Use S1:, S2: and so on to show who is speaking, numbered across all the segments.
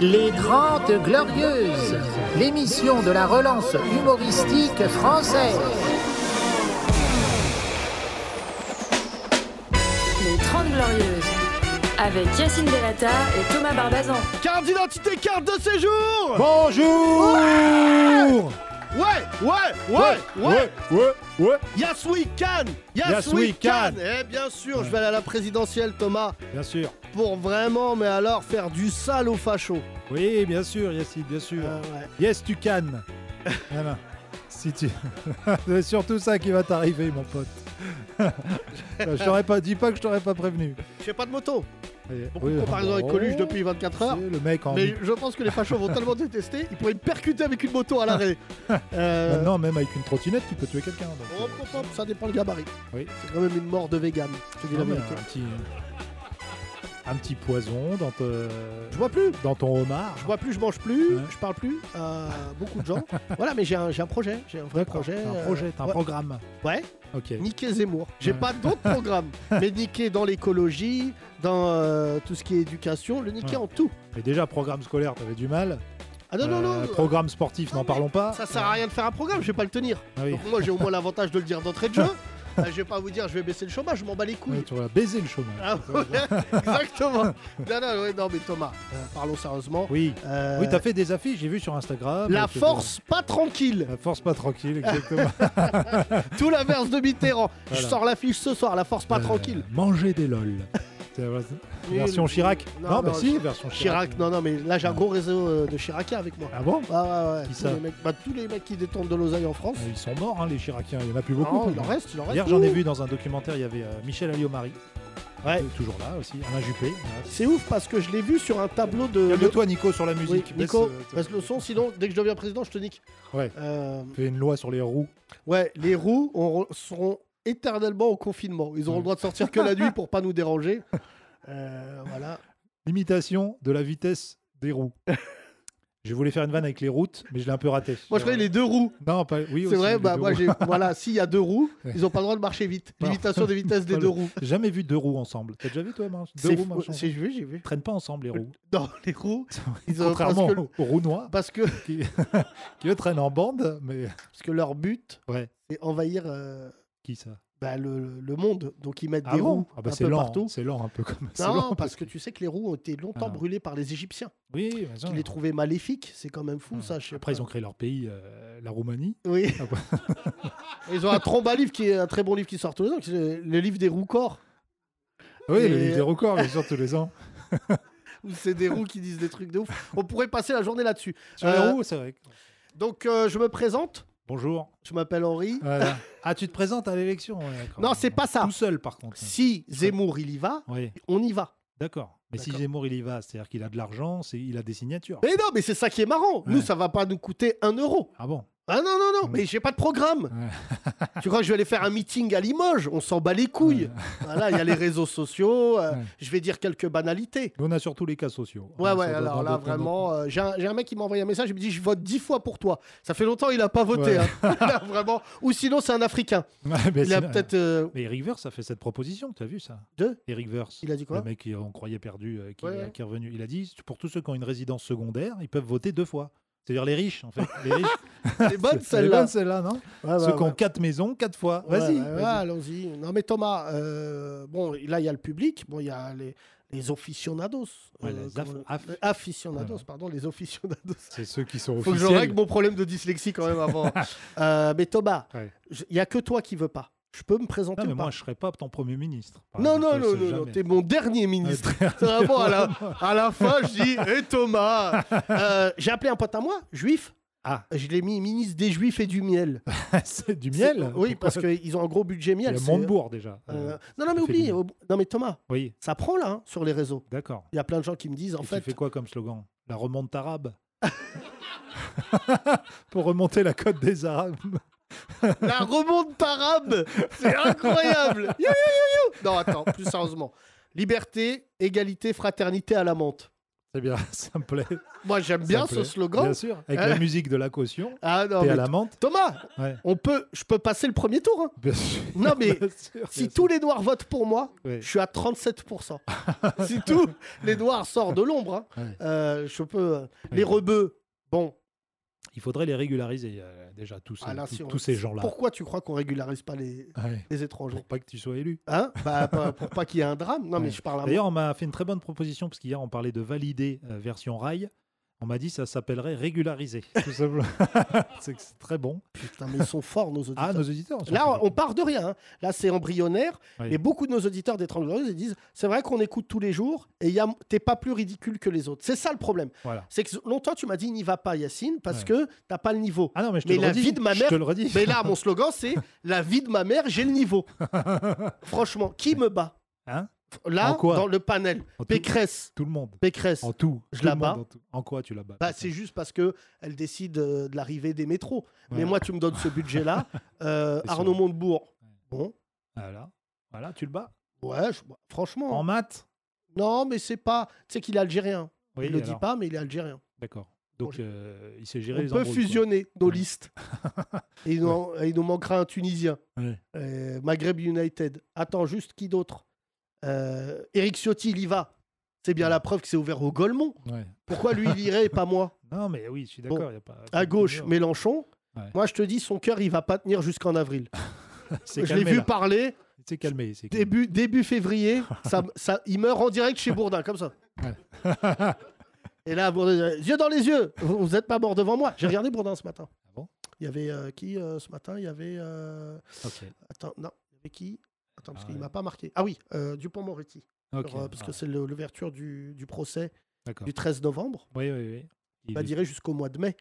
S1: Les Grandes Glorieuses, l'émission de la relance humoristique française.
S2: Les 30 Glorieuses, avec Yacine Delata et Thomas Barbazan.
S3: Carte d'identité, carte de séjour
S4: Bonjour
S3: Ouais, ouais, ouais, ouais
S4: ouais, ouais.
S3: Yes we can Yes,
S4: Yes,
S3: we,
S4: we
S3: can.
S4: can.
S3: Eh bien sûr, je vais aller à la présidentielle, Thomas,
S4: Bien sûr.
S3: pour vraiment, mais alors, faire du sale aux fachos.
S4: Oui, bien sûr, Yacine, bien sûr.
S3: Ah ouais.
S4: Yes, tu can. Voilà. Si tu... C'est surtout ça qui va t'arriver, mon pote. je t'aurais pas dis pas que je t'aurais pas prévenu.
S3: Je fais pas de moto.
S4: Oui.
S3: Beaucoup de comparaisons avec
S4: Oh,
S3: Coluche depuis 24 heures.
S4: c'est Le mec en
S3: Mais je pense que les fachos vont tellement détester, ils pourraient me percuter avec une moto à l'arrêt. Euh, Oh,
S4: Maintenant, Ah même avec une trottinette, tu peux tuer quelqu'un. donc, euh,
S3: hop, hop, hop, ça dépend le gabarit.
S4: Oui.
S3: C'est quand même une mort de vegan, je te dis
S4: euh,
S3: la
S4: non, mais
S3: vérité.
S4: un petit un petit poison dans te-
S3: Je vois plus
S4: dans ton homard.
S3: Je vois plus, je mange plus,
S4: Ouais.
S3: je parle plus à beaucoup de gens. voilà, mais j'ai un, j'ai un projet, j'ai un vrai
S4: D'accord.
S3: projet.
S4: T'as
S3: euh,
S4: un projet, t'as un
S3: ouais.
S4: programme.
S3: Ouais,
S4: Ok.
S3: niquer Zemmour. J'ai
S4: Ouais.
S3: pas d'autres programmes, mais niquer dans l'écologie, dans euh, tout ce qui est éducation, le niquer
S4: Ouais.
S3: en tout.
S4: Mais déjà, programme scolaire, t'avais du mal.
S3: Ah non, non, non,
S4: Euh, Programme sportif,
S3: Non,
S4: n'en
S3: mais
S4: parlons pas.
S3: ça sert à rien de faire un programme, je vais pas le tenir.
S4: Ah oui.
S3: Donc moi, j'ai au moins l'avantage de le dire d'entrée de jeu. Euh, je vais pas vous dire, je vais baisser le chômage, je m'en bats les couilles.
S4: Ouais, tu vas baiser le chômage.
S3: Ah ouais, exactement. Non, non, ouais, non, mais Thomas, euh, parlons sérieusement.
S4: Oui.
S3: Euh,
S4: Oui, t'as fait des affiches, j'ai vu sur Instagram.
S3: La
S4: avec, euh,
S3: force pas tranquille.
S4: La force pas tranquille, exactement.
S3: Tout l'inverse de Mitterrand. Je
S4: Voilà.
S3: sors l'affiche ce soir, la force pas
S4: Euh,
S3: tranquille.
S4: Manger des lol. C'est la- version Chirac.
S3: Non,
S4: Non,
S3: non,
S4: bah si,
S3: Chi-
S4: version Chirac.
S3: Chirac, non, non, mais là j'ai un gros réseau euh, de Chiraciens avec moi.
S4: Ah bon
S3: Ah ouais, ouais.
S4: Qui
S3: tous,
S4: ça
S3: les mecs, bah, tous les mecs qui détournent de l'oseille en France.
S4: Euh, Ils sont morts, hein, les Chiraciens. Il y en a plus beaucoup.
S3: Non, Oh, il en
S4: maintenant.
S3: reste, il en reste.
S4: Hier, j'en ai
S3: Ouh.
S4: vu dans un documentaire, il y avait euh, Michel Alliot-Marie.
S3: Ouais.
S4: Euh, Toujours là aussi. Alain Juppé. voilà.
S3: C'est ouf parce que je l'ai vu sur un tableau de.
S4: Calme-toi, Nico, sur la
S3: Oui,
S4: musique.
S3: Nico,
S4: Baisse, euh,
S3: baisse le son, sinon dès que je deviens président, je te nique.
S4: Ouais.
S3: Euh,
S4: Fais une loi sur les roues.
S3: ouais, les roues auront- seront éternellement au confinement. Ils auront le droit de sortir que la nuit pour pas nous déranger. Euh, voilà.
S4: Limitation de la vitesse des roues. je voulais faire une vanne avec les routes, mais je l'ai un peu raté.
S3: Moi je fais les deux roues.
S4: Non, pas. Oui,
S3: C'est
S4: aussi,
S3: vrai,
S4: les
S3: bah
S4: deux
S3: moi
S4: roues.
S3: j'ai. Voilà, s'il y a deux roues,
S4: Ouais.
S3: ils ont pas le droit de marcher vite.
S4: Non.
S3: Limitation des vitesses des
S4: Pas
S3: deux
S4: le-
S3: roues.
S4: J'ai jamais vu deux roues ensemble. T'as déjà vu toi, Marche
S3: C'est
S4: Deux roues
S3: fou-
S4: marchant.
S3: c'est- J'ai vu, j'ai vu.
S4: Ils traînent pas ensemble les roues.
S3: Dans les roues, ils ont parce
S4: Contrairement
S3: que,
S4: aux aux roues noires
S3: parce que
S4: qui eux traînent en bande, mais
S3: parce que leur but,
S4: Ouais.
S3: c'est envahir euh,
S4: qui ça
S3: bah, le, le monde. Donc ils mettent des
S4: bon
S3: roues
S4: Ah bah
S3: un
S4: c'est
S3: peu
S4: lent.
S3: partout.
S4: C'est lent un peu comme. c'est
S3: Non,
S4: lent,
S3: parce que tu sais que les roues ont été longtemps
S4: Ah.
S3: brûlées par les Égyptiens,
S4: Oui. mais ça,
S3: qui les trouvaient maléfiques. C'est quand même fou,
S4: ah.
S3: ça. Je sais
S4: Après
S3: pas.
S4: ils ont créé leur pays, euh, la Roumanie.
S3: Oui.
S4: Ah
S3: ils ont un très bon livre qui est un très bon livre qui sort tous les ans, qui est le, le livre des roues corps,
S4: Oui,
S3: Et-
S4: le livre des records bien sûr tous les ans.
S3: où c'est des roues qui disent des trucs de ouf. On pourrait passer la journée là-dessus.
S4: Sur les
S3: Euh,
S4: roues, c'est vrai.
S3: Donc euh, je me présente.
S4: Bonjour.
S3: Je m'appelle Henri.
S4: Voilà. ah tu te présentes à l'élection. ouais, d'accord.
S3: Non, c'est pas ça.
S4: Tout seul par contre.
S3: Si Zemmour il y va,
S4: Oui.
S3: on y va.
S4: D'accord. Mais si
S3: D'accord.
S4: Zemmour il y va, c'est-à-dire qu'il a de l'argent, c'est il a des signatures.
S3: Mais non, mais c'est ça qui est marrant. Nous,
S4: Ouais.
S3: ça va pas nous coûter un euro.
S4: Ah bon
S3: Ah non, non, non,
S4: Ouais.
S3: mais j'ai pas de programme. tu crois que je vais aller faire un meeting à Limoges On s'en bat les couilles. Voilà, il y a les réseaux sociaux. euh,
S4: Ouais.
S3: Je vais dire quelques banalités.
S4: Nous, on a surtout les cas sociaux.
S3: Ouais,
S4: Hein,
S3: ouais,
S4: sur- dans-
S3: alors
S4: dans
S3: là,
S4: d'autres-
S3: vraiment, euh, j'ai un, j'ai un mec qui m'a envoyé un message. Il me dit Je vote dix fois pour toi. Ça fait longtemps, il a pas voté.
S4: Ouais.
S3: hein. Là, vraiment. Ou sinon, c'est un Africain.
S4: Ouais, mais
S3: Il a
S4: sinon-
S3: peut-être. euh,
S4: Mais Eric Verse a fait cette proposition, t'as vu ça
S3: Deux
S4: Eric Verse,
S3: Il a dit quoi
S4: le mec qui on croyait perdu, euh, qui,
S3: Ouais, ouais.
S4: qui est revenu, il a dit pour tous ceux qui ont une résidence secondaire, ils peuvent voter deux fois. C'est-à-dire les riches, en fait. Les riches,
S3: C'est bonne
S4: les
S3: celle-là.
S4: bonnes, celle-là, non
S3: Ouais,
S4: Ceux
S3: ouais,
S4: qui
S3: ouais.
S4: ont quatre maisons, quatre fois.
S3: Ouais,
S4: Vas-y.
S3: ouais, ouais,
S4: vas-y.
S3: allons-y. Non, mais Thomas, euh, bon, là, il y a le public, bon, il y a les, les aficionados.
S4: Ouais,
S3: euh,
S4: les
S3: comment-
S4: aff-
S3: les aficionados,
S4: Voilà.
S3: pardon, les aficionados.
S4: C'est ceux qui sont
S3: Faut que je
S4: officiels.
S3: règle mon problème de dyslexie quand même avant. Euh, mais Thomas,
S4: Ouais.
S3: je- il n'y a que toi qui veux pas. Je peux me présenter
S4: Non, Ah, mais
S3: ou pas
S4: moi, je serais pas ton premier ministre. par
S3: non, non,
S4: exemple,
S3: non,
S4: je sais
S3: non, non,
S4: jamais. Euh,
S3: t'es mon dernier ministre. C'est Vraiment, à la, à la fin, je dis, hé Thomas Euh, J'ai appelé un pote à moi, juif,
S4: Ah,
S3: je l'ai mis ministre des juifs et du miel.
S4: c'est du
S3: C'est-
S4: miel
S3: Oui, parce
S4: Pourquoi
S3: qu'ils ont un gros budget
S4: Il y
S3: miel.
S4: a
S3: c'est-
S4: Montebourg déjà.
S3: euh,
S4: Euh,
S3: non, non, mais
S4: ça fait
S3: oublie,
S4: du-
S3: euh, non, mais Thomas,
S4: Oui,
S3: ça prend là, hein, sur les réseaux.
S4: d'accord.
S3: Il y a plein de gens qui me disent, en
S4: Et
S3: fait,
S4: tu fais quoi comme slogan La remonte arabe Pour remonter la côte des Arabes.
S3: la remonte arabe, c'est incroyable. You, you, you, you. Non, attends, plus sérieusement. Liberté, égalité, fraternité à la menthe.
S4: C'est bien, ça me plaît.
S3: Moi, j'aime
S4: ça
S3: bien
S4: me
S3: ce
S4: plaît.
S3: slogan.
S4: Bien sûr, avec
S3: Hein
S4: la musique de la caution.
S3: Ah non,
S4: Thé
S3: mais
S4: à la menthe.
S3: Thomas,
S4: Ouais.
S3: on peut, je peux passer le premier tour. hein.
S4: Bien sûr.
S3: Non, mais
S4: Bien sûr,
S3: Si
S4: bien
S3: tous les Noirs votent pour moi,
S4: Oui.
S3: je suis à 37%. si tous les Noirs sortent de l'ombre, hein,
S4: Ouais.
S3: euh, je peux. euh,
S4: Oui.
S3: Les rebeux, bon,
S4: sûr. Il faudrait les régulariser euh, déjà, tous ces,
S3: Ah, là,
S4: tous-
S3: si on-
S4: tous ces gens-là.
S3: pourquoi tu crois qu'on régularise pas les,
S4: Ouais.
S3: les étrangers
S4: Pour pas que tu sois élu.
S3: Hein Bah, pas- Pour pas qu'il y ait un drame. Non, mais
S4: Ouais.
S3: je parle à moi.
S4: D'ailleurs, on m'a fait une très bonne proposition, parce qu'hier, on parlait de valider euh, version rail. On m'a dit ça s'appellerait régulariser. Tout simplement. c'est que c'est très bon.
S3: Putain, mais ils sont forts, nos auditeurs.
S4: Ah, nos auditeurs. sont
S3: Là,
S4: très
S3: on part de rien. hein. Là, c'est embryonnaire.
S4: Oui.
S3: Et beaucoup de nos auditeurs des Trente Glorieuses, ils disent c'est vrai qu'on écoute tous les jours et y a- t'es pas plus ridicule que les autres. C'est ça le problème.
S4: Voilà.
S3: C'est que longtemps, tu m'as dit n'y va pas, Yacine, parce
S4: Ouais.
S3: que t'as pas le niveau.
S4: Ah non, mais je te
S3: Mais
S4: le
S3: la
S4: redis.
S3: vie de ma
S4: Je
S3: mère-
S4: te le redis.
S3: Mais là, mon slogan, c'est La vie de ma mère, j'ai le niveau. Franchement, qui me bat
S4: Hein
S3: Là,
S4: En quoi
S3: dans le panel,
S4: En tout,
S3: Pécresse,
S4: tout le monde.
S3: Pécresse,
S4: En tout.
S3: Je
S4: Tout le
S3: la
S4: monde
S3: bats.
S4: en tout. En quoi tu la bats
S3: bah, c'est juste parce que elle décide euh, de l'arrivée des métros. Mais
S4: Ouais.
S3: moi, tu me donnes ce budget-là. euh,
S4: C'est sûr.
S3: Arnaud Montebourg, bon,
S4: Voilà. Ah Voilà, tu le bats.
S3: ouais, je- bah, franchement.
S4: En maths
S3: Non, mais c'est pas. Tu sais qu'il est algérien.
S4: Oui,
S3: il le dit
S4: alors.
S3: pas, mais il est algérien.
S4: D'accord. Donc, euh, il s'est géré
S3: On
S4: les
S3: peut
S4: embrouilles, quoi.
S3: fusionner nos
S4: Ouais.
S3: listes. et il nous, et il nous manquera un Tunisien.
S4: Ouais.
S3: Euh, Maghreb United. Attends, juste qui d'autre Euh, Eric Ciotti, il y va. C'est bien la preuve que c'est ouvert au Golemont.
S4: Ouais.
S3: Pourquoi lui, il irait et pas moi
S4: Non, mais oui, je suis
S3: Bon.
S4: d'accord. y a pas-
S3: À gauche,
S4: c'est-
S3: Mélenchon.
S4: Ouais.
S3: Moi, je te dis, son cœur, il va pas tenir jusqu'en avril.
S4: c'est
S3: Je l'ai
S4: calmé,
S3: vu
S4: là.
S3: parler
S4: C'est calmé. c'est calmé.
S3: début, début février. ça, ça, il meurt en direct chez Bourdin, comme ça. Et là, Bourdin, yeux dans les yeux, vous n'êtes pas mort devant moi. J'ai regardé Bourdin ce matin.
S4: Ah bon
S3: il y avait euh, qui euh, ce matin Il y avait. euh,
S4: Ok.
S3: Attends, non, il y avait qui Attends, parce
S4: Ah
S3: qu'il
S4: ouais.
S3: m'a pas marqué. Ah oui, euh, Dupont-Moretti.
S4: Ok.
S3: Alors, euh, parce
S4: Ah,
S3: que c'est le- l'ouverture du, du procès
S4: D'accord.
S3: du 13 novembre.
S4: Oui, oui, oui. Il
S3: On va
S4: est-
S3: dire jusqu'au mois de mai.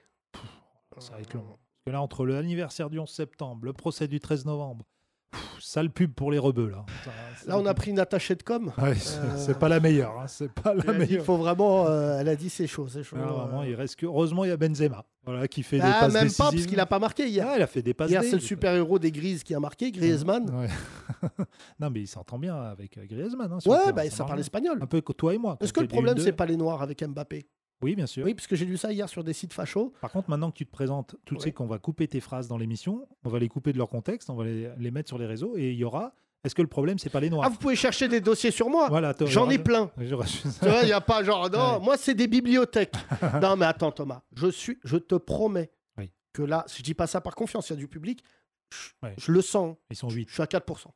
S4: Ça va être long. Parce que là, entre l'anniversaire du 11 septembre, le procès du 13 novembre, pff, sale pub pour les rebeux, là. Ça- ça-
S3: Là, on a pris une attachée de com.
S4: Ouais, c'est
S3: Euh,
S4: c'est pas la meilleure. hein, C'est pas la
S3: Elle a dit,
S4: meilleure.
S3: il faut vraiment. euh, elle a dit ces choses. ces choses,
S4: Ah,
S3: euh,
S4: vraiment, il reste que... Heureusement, il y a Benzema voilà, qui fait des
S3: ah,
S4: passes
S3: même
S4: décisives.
S3: pas, parce qu'il a pas marqué hier.
S4: Ah, il a fait des passes
S3: Hier, c'est le
S4: décisives. Ah,
S3: super-héros des Grises qui a marqué, Griezmann.
S4: Ouais. non, mais il s'entend bien avec euh, Griezmann. hein, sur le
S3: Ouais,
S4: terrain,
S3: bah, ça
S4: marche
S3: parle
S4: bien.
S3: espagnol.
S4: Un Ah, peu que toi et moi.
S3: Est-ce
S4: quand
S3: que le
S4: t'es du
S3: problème,
S4: 1-2.
S3: c'est pas les Noirs avec Mbappé
S4: Oui, bien sûr.
S3: Oui, parce que j'ai lu ça hier sur des sites fachos.
S4: Par contre, maintenant que tu te présentes, tu
S3: Ouais.
S4: sais qu'on va couper tes phrases dans l'émission, on va les couper de leur contexte, on va les, les mettre sur les réseaux et il y aura. Est-ce que le problème, c'est pas les
S3: Ah,
S4: noirs
S3: vous pouvez chercher des dossiers sur moi
S4: Voilà, t'aurais-
S3: J'en ai plein.
S4: J'aurais-
S3: Tu vois, il n'y a pas genre, non,
S4: Ouais.
S3: moi, c'est des bibliothèques. non, mais attends, Thomas, je, suis, je te promets
S4: Oui.
S3: que là, je dis pas ça par confiance, il y a du public, je,
S4: Ouais.
S3: je le sens,
S4: Ils sont 8,
S3: je suis à 4%.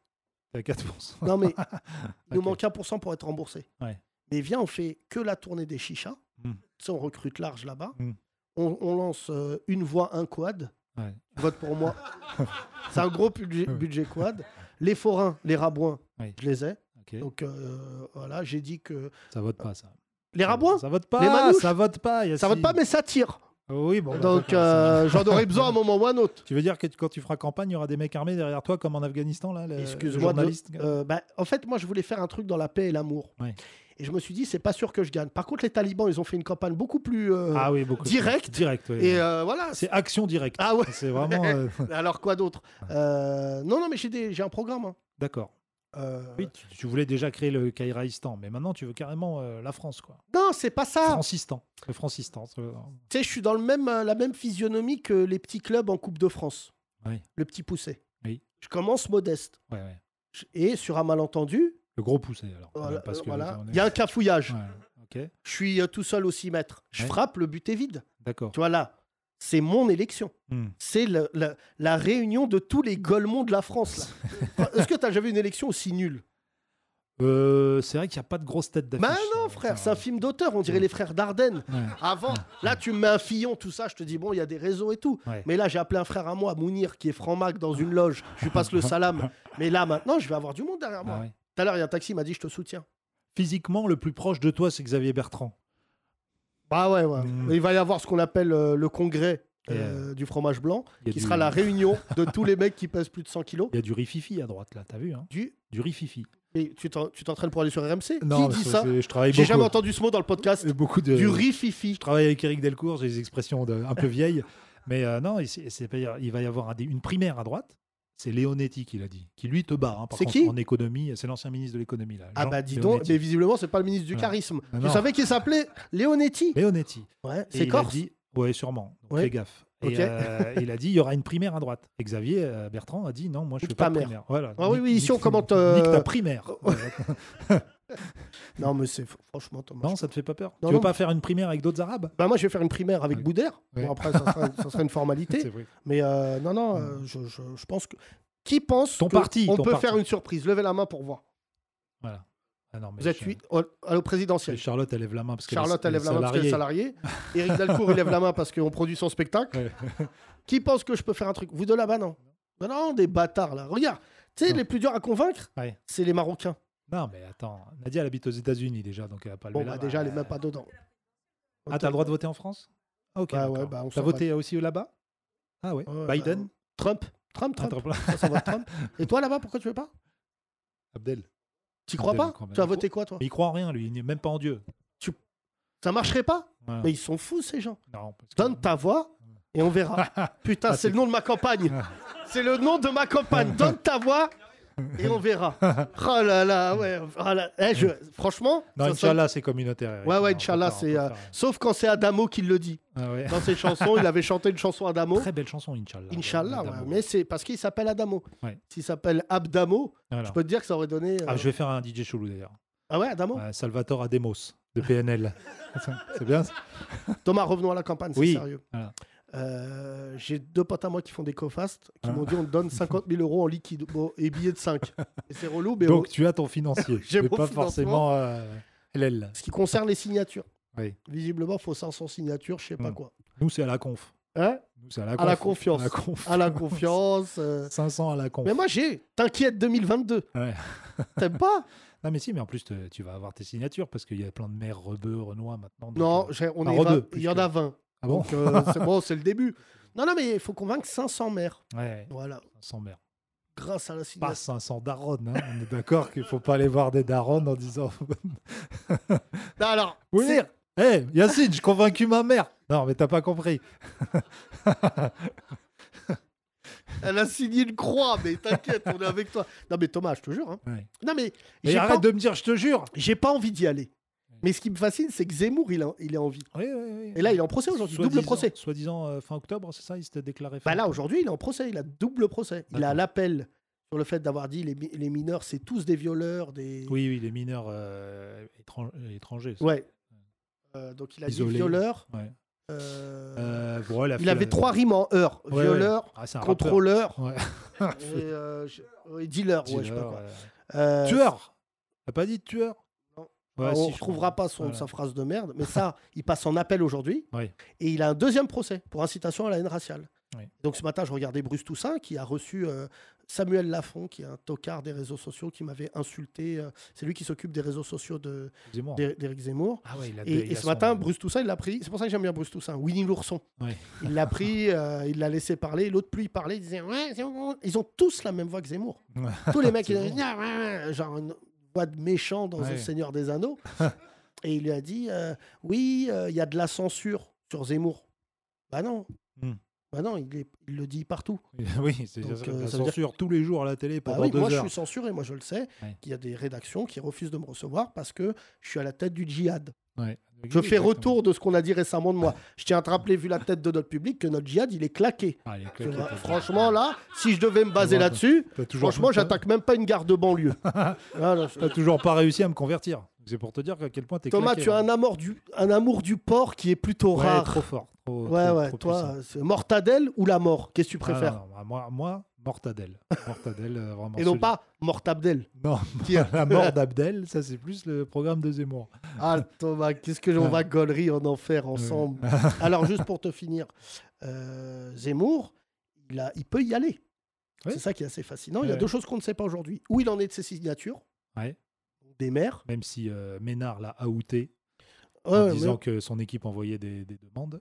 S4: à 4%.
S3: Non, mais il nous
S4: Ok.
S3: manque 1% pour être remboursé.
S4: Ouais.
S3: Mais viens, on fait que la tournée des chichas.
S4: Mm.
S3: Tu sais, on recrute large là-bas.
S4: Mm.
S3: On, on lance euh, une voix, un quad.
S4: Ouais.
S3: Vote pour moi. C'est un gros budget,
S4: Ouais.
S3: budget quad. Les forains, les rabouins,
S4: Oui.
S3: je les ai.
S4: Ok,
S3: Donc euh, voilà, j'ai dit que.
S4: Ça vote pas, ça.
S3: Les rabouins
S4: Ça vote
S3: Les
S4: pas,
S3: manouches
S4: ça vote pas. Yacine.
S3: Ça vote pas, mais ça tire.
S4: Oui, bon. bah,
S3: Donc
S4: d'accord, ça-
S3: euh, j'en aurais besoin à un moment ou à un autre.
S4: Tu veux dire que tu- quand tu feras campagne, il y aura des mecs armés derrière toi, comme en Afghanistan, là le- le
S3: Excuse-moi de-
S4: journaliste
S3: Euh, bah, en fait, moi, je voulais faire un truc dans la paix et l'amour.
S4: Ouais.
S3: Et je me suis dit, c'est pas sûr que je gagne. Par contre, les talibans, ils ont fait une campagne beaucoup plus euh,
S4: Ah oui, beaucoup.
S3: direct.
S4: Direct, ouais.
S3: Et euh, voilà.
S4: C'est action directe.
S3: Ah ouais.
S4: C'est vraiment. euh,
S3: Alors quoi d'autre Euh, Non, non, mais j'ai des- j'ai un programme. hein.
S4: D'accord.
S3: Euh,
S4: Oui, tu, tu voulais déjà créer le Kairaïstan, mais maintenant tu veux carrément euh, la France, quoi.
S3: Non, c'est pas ça.
S4: Francistan. Le Francistan. c'est- euh,
S3: Tu sais, je suis dans le même, euh, la même physionomie que les petits clubs en Coupe de France.
S4: Oui.
S3: Le petit poussé.
S4: Oui.
S3: Je commence modeste.
S4: Ouais, ouais.
S3: Je- Et sur un malentendu,
S4: Le gros poussé, alors.
S3: voilà,
S4: parce
S3: euh,
S4: que
S3: voilà,
S4: on est-
S3: il y a un cafouillage.
S4: Ouais, Ok,
S3: Je suis euh, tout seul au 6 mètres. Je
S4: Ouais.
S3: frappe, le but est vide.
S4: d'accord.
S3: Tu vois là, c'est mon élection.
S4: Hmm.
S3: C'est le- la, la réunion de tous les golemons de la France. là. Enfin, Est-ce que tu as jamais une élection aussi nulle
S4: Euh, c'est vrai qu'il n'y a pas de grosse tête d'affiche.
S3: Bah non,
S4: euh,
S3: frère, c'est
S4: ça- Ah
S3: un film d'auteur. On dirait les frères Dardenne.
S4: Ouais.
S3: Avant, là, tu me mets un fillon, tout ça, je te dis, bon, il y a des réseaux et tout.
S4: Ouais.
S3: Mais là, j'ai appelé un frère à moi, Mounir, qui est franc-mac dans une loge. Je lui passe le salam. Mais là, maintenant, je vais avoir du monde derrière
S4: Ah
S3: moi.
S4: ouais.
S3: Tout à l'heure, il y a un taxi, il m'a dit, je te soutiens.
S4: Physiquement, le plus proche de toi, c'est Xavier Bertrand.
S3: Bah ouais, ouais.
S4: Mm.
S3: Il va y avoir ce qu'on appelle euh, le congrès euh, du fromage blanc,
S4: Il y a
S3: qui
S4: du-
S3: sera la réunion de tous les mecs qui pèsent plus de 100 kilos.
S4: Il y a du rififi à droite, là, t'as vu hein
S3: Du...
S4: Du rififi.
S3: Mais tu t'en- tu t'entraînes pour aller sur RMC
S4: Non,
S3: Qui dit
S4: c'est-
S3: ça
S4: c'est- Je travaille
S3: J'ai
S4: beaucoup.
S3: jamais entendu ce mot dans le podcast.
S4: beaucoup de...
S3: Du rififi.
S4: Je travaille avec Eric Delcourt, j'ai des expressions de- un peu vieilles. Mais euh, non, il, c'est- c'est pas- il va y avoir un dé- une primaire à droite. C'est Leonetti qui l'a dit, qui lui te barre. hein, par
S3: C'est
S4: contre,
S3: qui
S4: en économie, c'est l'ancien ministre de l'économie. là,
S3: Ah
S4: Jean
S3: bah dis donc,
S4: Leonetti.
S3: mais visiblement c'est pas le ministre du
S4: Ouais.
S3: charisme.
S4: Ah
S3: Vous
S4: non.
S3: savez qui s'appelait Leonetti
S4: Leonetti.
S3: Ouais,
S4: Et
S3: c'est
S4: il a
S3: Corse.
S4: dit- Ouais, sûrement. Donc
S3: Ouais.
S4: fais gaffe. Et,
S3: Ok.
S4: euh, il a dit il y aura une primaire à droite. Et Xavier euh, Bertrand a dit non, moi je
S3: Nique
S4: fais pas de
S3: ta mère.
S4: primaire. Voilà.
S3: Ah oui,
S4: Nique-
S3: oui, ici,
S4: nique-
S3: on commente,
S4: Nique
S3: euh,
S4: ta primaire. Voilà.
S3: Non mais c'est franchement Thomas.
S4: non, ça te fait pas peur.
S3: Non,
S4: tu veux
S3: non.
S4: pas faire une primaire avec d'autres arabes
S3: Bah moi je vais faire une primaire avec
S4: Ouais.
S3: Boudère. Bon
S4: Ouais.
S3: après ça sera, ça sera une
S4: C'est
S3: formalité.
S4: vrai.
S3: Mais euh, non non, euh, je, je, je pense que qui pense
S4: Ton
S3: que
S4: parti,
S3: on
S4: ton
S3: peut
S4: parti.
S3: faire une surprise Levez la main pour voir.
S4: Voilà. Ah non, mais
S3: Vous êtes
S4: Char-
S3: huit au- à le présidentiel.
S4: Charlotte, elle lève la main parce que
S3: Charlotte elle lève la main parce qu'elle est salariée. Eric Dalcourt il lève la main parce qu'on produit son spectacle. Qui pense que je peux faire un truc Vous de là-bas non. Non non des bâtards là. Regarde, tu sais
S4: Non.
S3: les plus durs à convaincre,
S4: Ouais.
S3: c'est les Marocains.
S4: Non, mais attends. Nadia, elle habite aux États-Unis déjà, donc elle va pas
S3: Bon
S4: lever
S3: bah
S4: la
S3: déjà
S4: main.
S3: elle est même pas dedans.
S4: Ah, t'as le droit de voter en France Ah, ok.
S3: Bah
S4: d'accord.
S3: ouais, bah, on
S4: t'as
S3: s'en
S4: voté aussi là-bas Ah ouais.
S3: Ouais,
S4: Biden
S3: bah, Trump, Trump, Trump.
S4: Attends, plein.
S3: Ça, ça va Trump. Et toi là-bas, pourquoi tu veux pas
S4: Abdel.
S3: Tu crois
S4: Abdel,
S3: pas
S4: je crois bien.
S3: Tu as voté quoi toi
S4: Mais il croit en rien, lui. Il n'est même pas en Dieu.
S3: Ça marcherait pas
S4: Voilà.
S3: Mais ils sont fous ces gens.
S4: Non, parce que-
S3: Donne ta voix et on verra. Putain,
S4: Ah,
S3: c'est le nom de ma campagne. C'est le nom de ma campagne. Donne ta voix et on verra. Oh là là, ouais. oh là- Eh, je- Franchement,
S4: Non,
S3: ça sonne-
S4: Inch'Allah, c'est communautaire. Eric.
S3: Ouais,
S4: Non, on
S3: ouais,
S4: peut
S3: Inch'Allah,
S4: pas, on
S3: c'est.
S4: peut
S3: euh,
S4: pas.
S3: Sauf quand c'est Adamo qui le dit.
S4: Ah ouais.
S3: Dans ses chansons, il avait chanté une chanson Adamo.
S4: Très belle chanson, Inch'Allah.
S3: Inch'Allah, ouais,
S4: Madame.
S3: mais c'est parce qu'il s'appelle Adamo.
S4: Ouais.
S3: S'il s'appelle Abdamo,
S4: Voilà.
S3: je peux te dire que ça aurait donné. euh,
S4: Ah, je vais faire un DJ Choulou d'ailleurs.
S3: ah ouais, Adamo
S4: Ouais, Salvatore Ademos, de PNL. c'est bien ça
S3: Thomas, revenons à la campagne, c'est
S4: Oui.
S3: sérieux.
S4: Voilà.
S3: Euh, J'ai deux potes à moi qui font des cofast qui
S4: Hein
S3: m'ont dit on te donne 50 000 euros en liquide bon, et billets de 5. Et c'est relou, mais
S4: Donc,
S3: bon.
S4: tu as ton financier.
S3: J'ai
S4: mais
S3: mon
S4: pas
S3: financement.
S4: forcément euh, LL.
S3: ce qui concerne les signatures.
S4: Oui.
S3: Visiblement, il faut 500 signatures, je sais pas
S4: Hmm.
S3: quoi.
S4: Nous, c'est à la conf.
S3: Hein
S4: Nous, c'est à la
S3: À la confiance.
S4: À la conf.
S3: à la confiance. euh.
S4: 500 à la conf.
S3: Mais moi, j'ai. T'inquiète 2022.
S4: Ouais.
S3: T'aimes pas
S4: Non, mais si, mais en plus, te- tu vas avoir tes signatures parce qu'il y a plein de maires rebeux, renois maintenant. donc,
S3: Non,
S4: euh,
S3: j'ai- on
S4: Ah,
S3: est
S4: redeux,
S3: 20,
S4: plus
S3: Il y en
S4: que-
S3: a 20.
S4: Ah bon
S3: Donc, euh, c'est bon, c'est le début. Non, non, mais il faut convaincre 500 maires.
S4: Ouais,
S3: Voilà,
S4: 500 maires.
S3: grâce à la
S4: Pas
S3: signature.
S4: 500 darons. hein. On est d'accord qu'il faut pas aller voir des darons en disant
S3: Non, alors,
S4: Oui.
S3: c'est-
S4: Hé, Yacine, j'ai convaincu ma mère. Non, mais t'as pas compris.
S3: Elle a signé une croix, mais t'inquiète, on est avec toi. Non, mais Thomas, je te jure. hein.
S4: Ouais.
S3: Non, mais
S4: Et
S3: j'ai
S4: arrête
S3: pas,
S4: de me dire, je te jure.
S3: j'ai pas envie d'y aller. Mais ce qui me fascine, c'est que Zemmour, il, a, il est en vie.
S4: Oui, oui, oui.
S3: Et là, il est en procès aujourd'hui, double procès.
S4: Soi-disant euh, fin octobre, c'est ça Il s'était déclaré. fin
S3: Bah là,
S4: octobre.
S3: aujourd'hui, il est en procès, il a double procès. Il a
S4: D'accord.
S3: l'appel sur le fait d'avoir dit les, mi- les mineurs, c'est tous des violeurs, des.
S4: Oui, oui, les mineurs euh, étran- étrangers. ça.
S3: Ouais. Euh, donc il a
S4: Isolé.
S3: dit violeur.
S4: Ouais.
S3: euh,
S4: Euh, bon, elle a
S3: il
S4: fait,
S3: avait
S4: euh,
S3: trois rimes en heure.
S4: ouais, ouais.
S3: violeur,
S4: Ah, c'est un rappeur.
S3: contrôleur
S4: Ouais.
S3: et, euh, je- et dealer. ouais, je sais pas
S4: Dealer,
S3: quoi.
S4: euh,
S3: Euh,
S4: Tueur T'as pas dit tueur
S3: Non.
S4: Ouais,
S3: Alors,
S4: si,
S3: on
S4: je
S3: retrouvera
S4: crois.
S3: pas son,
S4: Voilà.
S3: sa phrase de merde, mais ça, il passe en appel aujourd'hui.
S4: Oui.
S3: Et il a un deuxième procès pour incitation à la haine raciale.
S4: Oui.
S3: Donc ce matin, je regardais Bruce Toussaint qui a reçu euh, Samuel Lafont, qui est un tocard des réseaux sociaux, qui m'avait insulté. euh, c'est lui qui s'occupe des réseaux sociaux de-
S4: Excusez-moi.
S3: d'É- d'Éric Zemmour.
S4: Ah ouais, il a
S3: Et,
S4: deux-
S3: et
S4: il a
S3: ce
S4: son-
S3: matin, Bruce Toussaint, il l'a pris. C'est pour ça que j'aime bien Bruce Toussaint. Winnie l'ourson.
S4: Ouais.
S3: Il l'a pris, euh, il l'a laissé parler. L'autre, plus il parlait, il disait Ouais, c'est bon. Ils ont tous la même voix que Zemmour.
S4: Ouais.
S3: Tous les mecs, ils
S4: C'est
S3: disent, Ah, ouais, ouais, genre une voix de méchant dans
S4: Ouais.
S3: Le Seigneur des Anneaux. et il lui a dit euh, Oui, euh, il y a de la censure sur Zemmour. Bah non.
S4: Hmm.
S3: Bah non, il, est- il le dit partout.
S4: oui, c'est
S3: Donc,
S4: c'est-
S3: euh,
S4: la
S3: ça veut dire-
S4: censure tous les jours à la télé
S3: Bah
S4: pendant
S3: oui,
S4: deux
S3: moi
S4: heures.
S3: je suis censuré, moi je le sais,
S4: Ouais.
S3: qu'il y a des rédactions qui refusent de me recevoir parce que je suis à la tête du djihad.
S4: Ouais.
S3: Je
S4: Oui,
S3: fais
S4: exactement.
S3: retour de ce qu'on a dit récemment de moi. Je tiens à te rappeler, vu la tête de notre public, que notre djihad, il est claqué.
S4: Ah, les
S3: Tu
S4: claquettes,
S3: vois,
S4: t'as-
S3: Franchement, là, si je devais me baser
S4: Ouais.
S3: là-dessus,
S4: t'as toujours-
S3: franchement,
S4: t'as-
S3: j'attaque même pas une gare de banlieue. Voilà, je-
S4: T'as toujours pas réussi à me convertir. C'est pour te dire à quel point t'es
S3: Thomas,
S4: claqué,
S3: tu as
S4: hein.
S3: un amour du, un amour du porc qui est plutôt
S4: Ouais,
S3: rare.
S4: trop fort. trop-
S3: ouais,
S4: trop-
S3: ouais,
S4: trop
S3: toi,
S4: puissant.
S3: euh, c'est mortadelle ou la mort Qu'est-ce que tu
S4: Ah,
S3: préfères
S4: non, non, moi, moi, mortadelle. Mortadelle, euh, vraiment.
S3: Et non
S4: solide.
S3: pas mortabdel.
S4: Non,
S3: Qui est-
S4: la mort d'Abdel, ça c'est plus le programme de Zemmour.
S3: Ah, Thomas, qu'est-ce que l'on
S4: Ouais.
S3: va gaulerie en enfer ensemble Alors, juste pour te finir, euh, Zemmour, il, a- il peut y aller.
S4: Ouais.
S3: C'est ça qui est assez fascinant. Il y a
S4: Ouais.
S3: deux choses qu'on ne sait pas aujourd'hui. Où il en est de ses signatures
S4: Ouais.
S3: Des maires.
S4: Même si euh, Ménard l'a outé
S3: Ouais,
S4: en
S3: ouais,
S4: disant
S3: mais-
S4: que son équipe envoyait des, des demandes.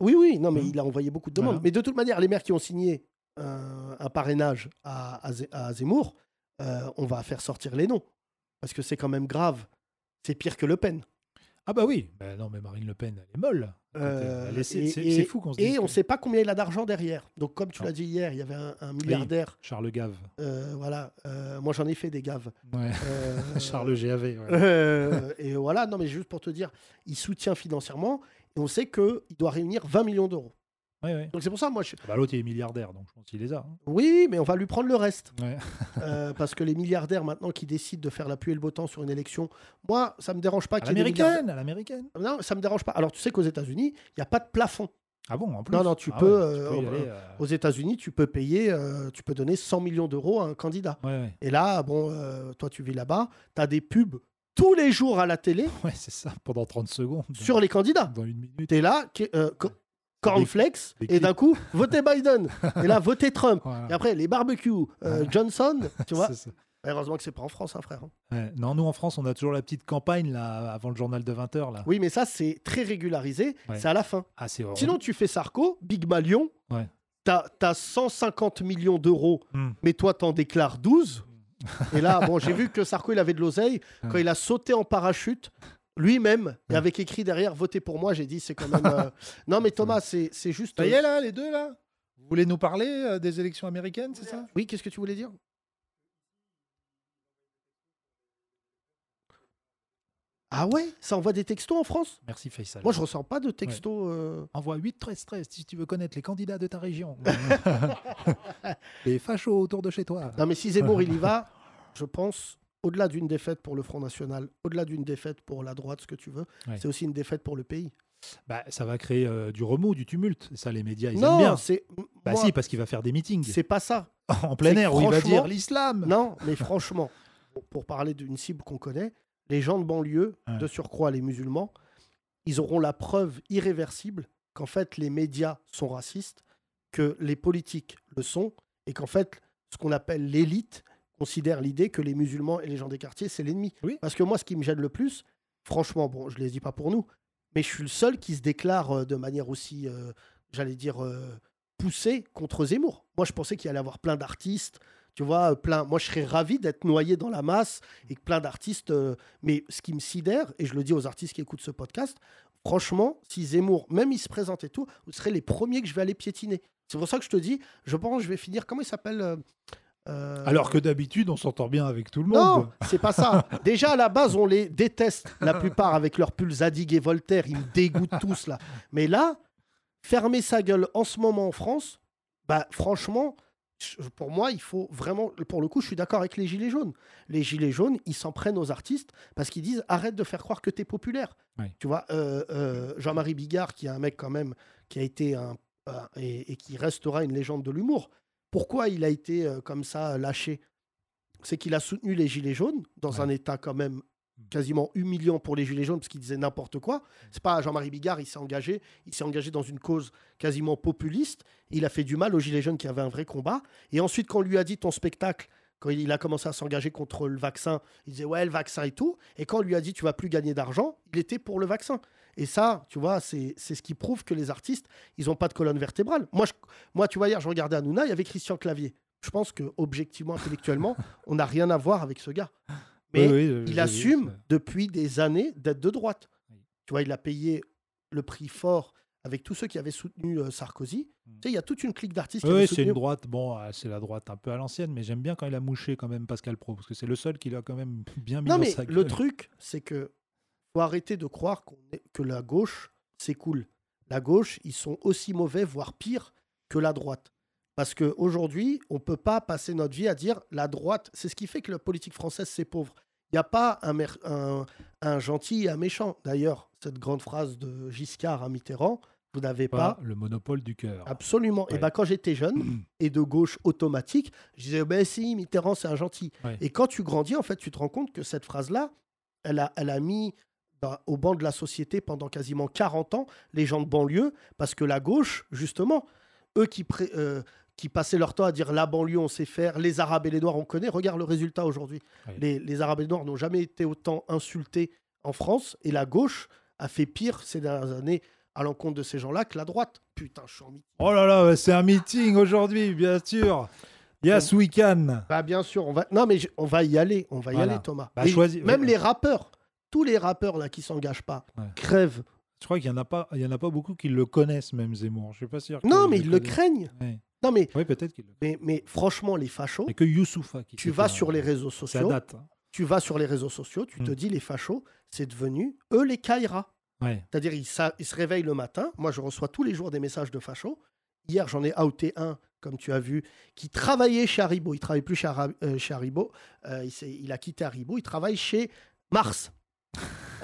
S3: Oui, oui, non, mais
S4: Mhm.
S3: il a envoyé beaucoup de demandes.
S4: Voilà.
S3: Mais de toute manière, les maires qui ont signé euh, un, un parrainage à, à Zé- à Zemmour, euh, on va faire sortir les noms. Parce que c'est quand même grave. C'est pire que Le Pen.
S4: Ah bah oui, Bah non mais Marine Le Pen, elle est molle. Quand
S3: Euh,
S4: elle est- c'est-
S3: et-
S4: c'est
S3: et-
S4: c'est fou qu'on se dise.
S3: Et on ne
S4: que- Ah.
S3: sait pas combien il a d'argent derrière. Donc, comme tu
S4: Non.
S3: l'as dit hier, il y avait un, un milliardaire.
S4: Charles Gave.
S3: euh, voilà. Euh, moi, j'en ai fait des gaves.
S4: Ouais.
S3: Euh,
S4: Charles GAV. ouais.
S3: euh, et voilà. Non, mais juste pour te dire, il soutient financièrement. Et on sait qu'il doit réunir 20 millions d'euros.
S4: Ouais, ouais.
S3: Donc, c'est pour ça, moi, je...
S4: Ah bah, L'autre, il est milliardaire, donc je pense qu'il les a. hein.
S3: oui, mais on va lui prendre le reste.
S4: Ouais.
S3: Euh, parce que les milliardaires maintenant qui décident de faire la pluie et le beau temps sur une élection, moi, ça me dérange pas
S4: À
S3: qu'il y ait des
S4: l'américaine, à l'américaine.
S3: milliardaires. Non, ça me dérange pas. Alors tu sais qu'aux États-Unis, il n'y a pas de plafond.
S4: Ah bon, en plus.
S3: Non, non, tu
S4: Ah
S3: peux,
S4: ouais,
S3: euh,
S4: tu peux y
S3: en-
S4: aller, euh,
S3: Aux États-Unis, tu peux payer, euh, tu peux donner 100 millions d'euros à un candidat.
S4: Ouais, ouais,
S3: Et là, bon, euh, toi tu vis là-bas, tu as des pubs tous les jours à la télé
S4: ouais c'est ça, pendant 30 secondes.
S3: sur les candidats.
S4: Dans une minute.
S3: Tu es là, qui- euh, co- cornflakes,
S4: des
S3: et d'un coup, votez Biden. et là, votez Trump.
S4: Voilà.
S3: Et après, les barbecues, euh,
S4: Ouais.
S3: Johnson, tu vois.
S4: Ah. C'est ça.
S3: Heureusement que c'est pas en France, hein, frère. hein.
S4: Ouais. Non, nous en France, on a toujours la petite campagne là, avant le journal de 20h. Là.
S3: Oui, mais ça, c'est très régularisé.
S4: Ouais.
S3: C'est à la fin.
S4: Ah, c'est horrible.
S3: Sinon, tu fais Sarko, Big Malion,
S4: Ouais.
S3: t'as as 150 millions d'euros,
S4: Hmm.
S3: mais toi, t'en déclares 12. Et là, bon, j'ai vu que Sarko, il avait de l'oseille. Quand
S4: Ouais.
S3: il a sauté en parachute, lui-même, et
S4: Ouais.
S3: avec écrit derrière, votez pour moi, j'ai dit, c'est quand même. euh, Non, mais Thomas, c'est c'est juste.
S4: Ça y est, là, les deux, là Vous voulez nous parler euh, des élections américaines, c'est ça
S3: Oui, qu'est-ce que tu voulais dire Ah ouais Ça envoie des textos en France
S4: Merci, Faisal.
S3: Moi, je ressens pas de textos. euh,
S4: Envoie 8 13 13 si tu veux connaître les candidats de ta région. les fachos autour de chez toi.
S3: Non, mais si Zemmour, il y va, je pense, au-delà d'une défaite pour le Front National, au-delà d'une défaite pour la droite, ce que tu veux,
S4: Ouais.
S3: c'est aussi une défaite pour le pays.
S4: Bah, ça va créer euh, du remous, du tumulte. Ça, les médias, ils aiment
S3: non,
S4: bien.
S3: c'est.
S4: Bah
S3: moi,
S4: si, parce qu'il va faire des meetings
S3: c'est pas ça.
S4: en plein
S3: c'est
S4: air où il va
S3: franchement-
S4: dire l'islam.
S3: Non, mais franchement, pour- pour parler d'une cible qu'on connaît, les gens de banlieue,
S4: Ouais.
S3: de surcroît les musulmans, ils auront la preuve irréversible qu'en fait les médias sont racistes, que les politiques le sont, et qu'en fait ce qu'on appelle l'élite considère l'idée que les musulmans et les gens des quartiers, c'est l'ennemi.
S4: Oui.
S3: Parce que moi, ce qui me gêne le plus, franchement, bon, je ne les dis pas pour nous, mais je suis le seul qui se déclare euh, de manière aussi, euh, j'allais dire, euh, poussée contre Zemmour. Moi, je pensais qu'il allait y avoir plein d'artistes, tu vois, euh, plein. Moi, je serais ravi d'être noyé dans la masse et que plein d'artistes. euh, Mais ce qui me sidère, et je le dis aux artistes qui écoutent ce podcast, franchement, si Zemmour, même il se présente et tout, vous serez les premiers que je vais aller piétiner. C'est pour ça que je te dis, je pense que je vais finir. Comment il s'appelle euh, euh,
S4: Alors que d'habitude, on s'entend bien avec tout le
S3: non,
S4: monde.
S3: c'est pas ça. Déjà, à la base, on les déteste, la plupart, avec leurs pulls Zadig et Voltaire. Ils me dégoûtent tous, là. Mais là, fermer sa gueule en ce moment en France, bah, franchement, je- pour moi, il faut vraiment. Pour le coup, je suis d'accord avec les Gilets jaunes. Les Gilets jaunes, ils s'en prennent aux artistes parce qu'ils disent arrête de faire croire que t'es populaire.
S4: Ouais.
S3: Tu vois, euh, euh, Jean-Marie Bigard, qui est un mec quand même, qui a été un. un- et, et qui restera une légende de l'humour. Pourquoi il a été euh, comme ça lâché c'est qu'il a soutenu les Gilets jaunes dans
S4: Ouais.
S3: un état quand même quasiment humiliant pour les Gilets jaunes parce qu'il disait n'importe quoi. C'est pas Jean-Marie Bigard, il s'est engagé, il s'est engagé dans une cause quasiment populiste. Il a fait du mal aux Gilets jaunes qui avaient un vrai combat. Et ensuite, quand on lui a dit ton spectacle, quand il a commencé à s'engager contre le vaccin, il disait ouais, le vaccin et tout. Et quand on lui a dit tu vas plus gagner d'argent, il était pour le vaccin. Et ça, tu vois, c'est c'est ce qui prouve que les artistes, ils n'ont pas de colonne vertébrale. Moi, je, moi, tu vois, hier, je regardais Hanouna, il y avait Christian Clavier. Je pense que, objectivement, intellectuellement, on n'a rien à voir avec ce gars. Mais
S4: Oui, oui, je- je-
S3: il
S4: je-
S3: assume depuis des années d'être de droite.
S4: euh. Oui.
S3: Tu vois, il a payé le prix fort avec tous ceux qui avaient soutenu euh, Sarkozy.
S4: Mm.
S3: Tu sais, il y a toute une clique d'artistes qui
S4: Oui,
S3: avaient
S4: c'est une
S3: soutenu.
S4: droite. Bon, euh, c'est la droite un peu à l'ancienne, mais j'aime bien quand il a mouché quand même Pascal Pro, parce que c'est le seul qui l'a quand même bien mis
S3: Non,
S4: dans
S3: mais
S4: sa
S3: le
S4: gueule.
S3: truc, c'est que faut arrêter de croire qu'on est- que la gauche, c'est cool. La gauche, ils sont aussi mauvais, voire pire, que la droite. Parce qu'aujourd'hui, on ne peut pas passer notre vie à dire la droite. C'est ce qui fait que la politique française, c'est pauvre. Il n'y a pas un, mer- un, un gentil et un méchant. D'ailleurs, cette grande phrase de Giscard à Mitterrand, vous n'avez pas
S4: Pas le monopole du cœur.
S3: Absolument. Et
S4: Ouais.
S3: bah, quand j'étais jeune et de gauche automatique, je disais, ben si, Mitterrand, c'est un gentil.
S4: Ouais.
S3: Et quand tu grandis, en fait, tu te rends compte que cette phrase-là, elle a, elle a mis dans- au banc de la société pendant quasiment 40 ans les gens de banlieue, parce que la gauche, justement, eux qui, pré- euh, qui passaient leur temps à dire la banlieue, on sait faire, les Arabes et les Noirs, on connaît, regarde le résultat aujourd'hui.
S4: Ouais.
S3: Les, les Arabes et les Noirs n'ont jamais été autant insultés en France, et la gauche a fait pire ces dernières années à l'encontre de ces gens-là que la droite. Putain, je suis en mi-
S4: Oh là là, c'est un meeting aujourd'hui, bien sûr. Yes, we can.
S3: Bah bien sûr, on va. Non mais je- on va y aller, on va y
S4: Voilà.
S3: aller Thomas.
S4: Bah,
S3: Et
S4: choisis-
S3: Même
S4: ouais.
S3: les rappeurs, tous les rappeurs là qui s'engagent pas
S4: Ouais.
S3: crèvent.
S4: Je crois qu'il n'y en, a pas- il y en a pas beaucoup qui le connaissent, même Zemmour. Je suis pas sûr. qu'ils
S3: Non, mais ils le
S4: connaissent.
S3: craignent.
S4: Ouais.
S3: Non, mais,
S4: Oui, peut-être qu'il le
S3: mais, mais franchement, les fachos,
S4: Et que Youssoufa qui
S3: tu
S4: s'est
S3: vas
S4: fait,
S3: sur
S4: euh,
S3: les réseaux
S4: Ça
S3: sociaux,
S4: date. hein.
S3: tu vas sur les réseaux sociaux, tu te
S4: Mm.
S3: dis les fachos, c'est devenu eux les Kaira.
S4: Ouais.
S3: C'est-à-dire, ils, sa- ils se réveillent le matin. Moi, je reçois tous les jours des messages de fachos. Hier, j'en ai outé un, comme tu as vu, qui travaillait chez Haribo. Il travaille plus chez, Ara- euh, chez Haribo. Euh, il, s'est- il a quitté Haribo. Il travaille chez Mars.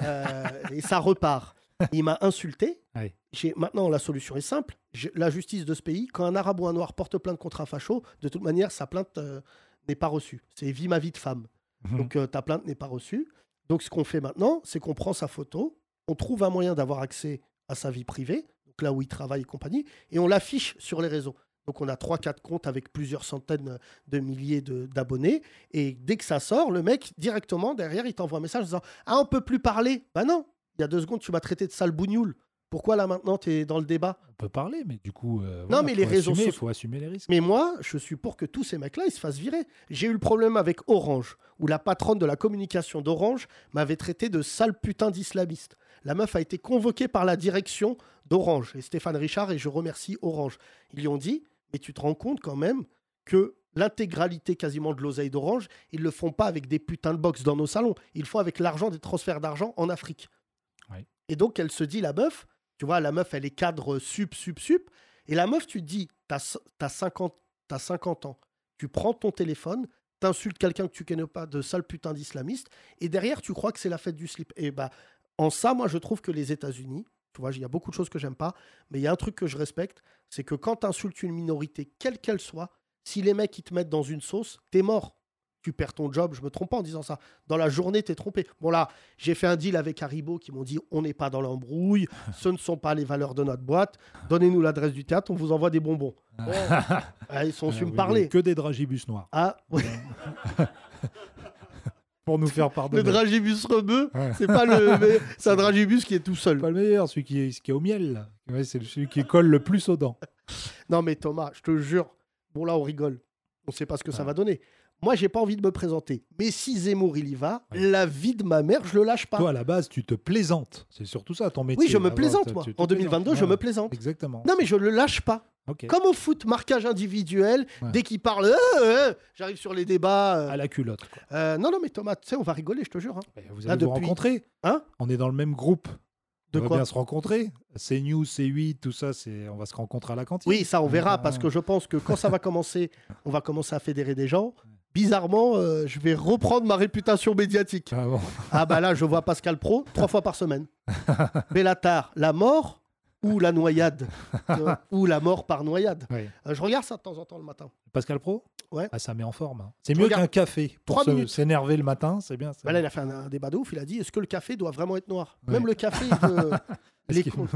S3: Euh, et ça repart. Il m'a insulté.
S4: Ouais.
S3: J'ai- Maintenant, la solution est simple. J'ai- La justice de ce pays, quand un arabe ou un noir porte plainte contre un facho, de toute manière, sa plainte euh, n'est pas reçue. C'est vie ma vie de femme. Donc euh, ta plainte n'est pas reçue. Donc ce qu'on fait maintenant, c'est qu'on prend sa photo, on trouve un moyen d'avoir accès à sa vie privée, donc là où il travaille et compagnie, et on l'affiche sur les réseaux. Donc on a 3-4 comptes avec plusieurs centaines de milliers de- d'abonnés. Et dès que ça sort, le mec, directement derrière, il t'envoie un message en disant Ah, on peut plus parler Bah non, il y a deux secondes, tu m'as traité de sale bougnoule. Pourquoi là maintenant, tu es dans le débat
S4: On peut parler, mais du coup. euh,
S3: Non, mais les
S4: faut
S3: réseaux
S4: assumer,
S3: sociaux-
S4: faut assumer les risques.
S3: mais moi, je suis pour que tous ces mecs-là, ils se fassent virer. J'ai eu le problème avec Orange, où la patronne de la communication d'Orange m'avait traité de sale putain d'islamiste. La meuf a été convoquée par la direction d'Orange et Stéphane Richard, et je remercie Orange. Ils lui ont dit, mais tu te rends compte quand même que l'intégralité quasiment de l'oseille d'Orange, ils le font pas avec des putains de box dans nos salons, ils le font avec l'argent des transferts d'argent en Afrique.
S4: Ouais.
S3: Et donc elle se dit, la meuf, tu vois, la meuf, elle est cadre sup, sup, sup, et la meuf, tu te dis, t'as as 50 t'as 50 ans, tu prends ton téléphone, t'insultes quelqu'un que tu connais pas de sale putain d'islamiste, et derrière tu crois que c'est la fête du slip. Et bah, en ça, moi je trouve que les États-Unis, tu vois, il y a beaucoup de choses que j'aime pas, mais il y a un truc que je respecte, c'est que quand t'insultes une minorité, quelle qu'elle soit, si les mecs ils te mettent dans une sauce, t'es mort. Tu perds ton job, je me trompe pas en disant ça. Dans la journée, t'es trompé. Bon là, j'ai fait un deal avec Haribo qui m'ont dit on n'est pas dans l'embrouille, ce ne sont pas les valeurs de notre boîte. Donnez-nous l'adresse du théâtre, on vous envoie des bonbons. Bon, ah, ils sont su
S4: Euh,
S3: me
S4: oui,
S3: parler.
S4: oui, Que des dragibus noirs.
S3: Ah, oui,
S4: Pour nous faire
S3: le
S4: pardonner.
S3: dragibus rebeu,
S4: Ouais.
S3: c'est pas le. mais C'est un dragibus qui est tout seul.
S4: pas le meilleur, celui qui est, celui qui est au miel. là. Ouais, c'est celui qui colle le plus aux dents.
S3: Non, mais Thomas, je te jure. Bon, là, on rigole. On sait pas ce que ça va donner. Moi, j'ai pas envie de me présenter. Mais si Zemmour, il y va,
S4: Ouais.
S3: la vie de ma mère, je le lâche pas.
S4: Toi, à la base, tu te plaisantes. C'est surtout ça ton métier.
S3: oui, je me
S4: Avant,
S3: plaisante,
S4: tu-
S3: moi.
S4: tu te
S3: En 2022, je
S4: plaisantes.
S3: me plaisante.
S4: Exactement.
S3: Non, mais je le lâche pas.
S4: Ok.
S3: Comme au foot, marquage individuel.
S4: Ouais.
S3: Dès qu'il parle, euh, euh, j'arrive sur les débats. euh,
S4: À la culotte. quoi.
S3: euh, non, non, mais Thomas, tu sais, on va rigoler, je te jure. hein.
S4: Et Vous allez
S3: Là,
S4: vous
S3: depuis-
S4: rencontrer.
S3: Hein
S4: On est dans le même groupe.
S3: De
S4: on va
S3: quoi
S4: bien se rencontrer. C'est News, c'est 8, tout ça, c'est on va se rencontrer à la cantine.
S3: Oui, ça, on verra,
S4: Ouais.
S3: parce que je pense que quand ça va commencer, on va commencer à fédérer des gens. Bizarrement, euh, je vais reprendre ma réputation médiatique.
S4: Ah bon
S3: Ah bah là, je vois Pascal Pro trois fois par semaine. Bellatar, la mort ou la noyade Euh, Ou la mort par noyade
S4: Ouais.
S3: Euh, Je regarde ça de temps en temps le matin.
S4: Pascal Pro
S3: Ouais.
S4: Ah, ça met en forme. hein. C'est
S3: Je
S4: mieux
S3: regarde-
S4: qu'un café. Pour
S3: Trois
S4: se-
S3: minutes.
S4: s'énerver le matin, c'est bien. c'est
S3: Bah là, il
S4: bien.
S3: a fait un, un débat de ouf. Il a dit, est-ce que le café doit vraiment être noir
S4: Ouais.
S3: Même le café, il veut-
S4: Parce
S3: les
S4: qu'il-
S3: cons.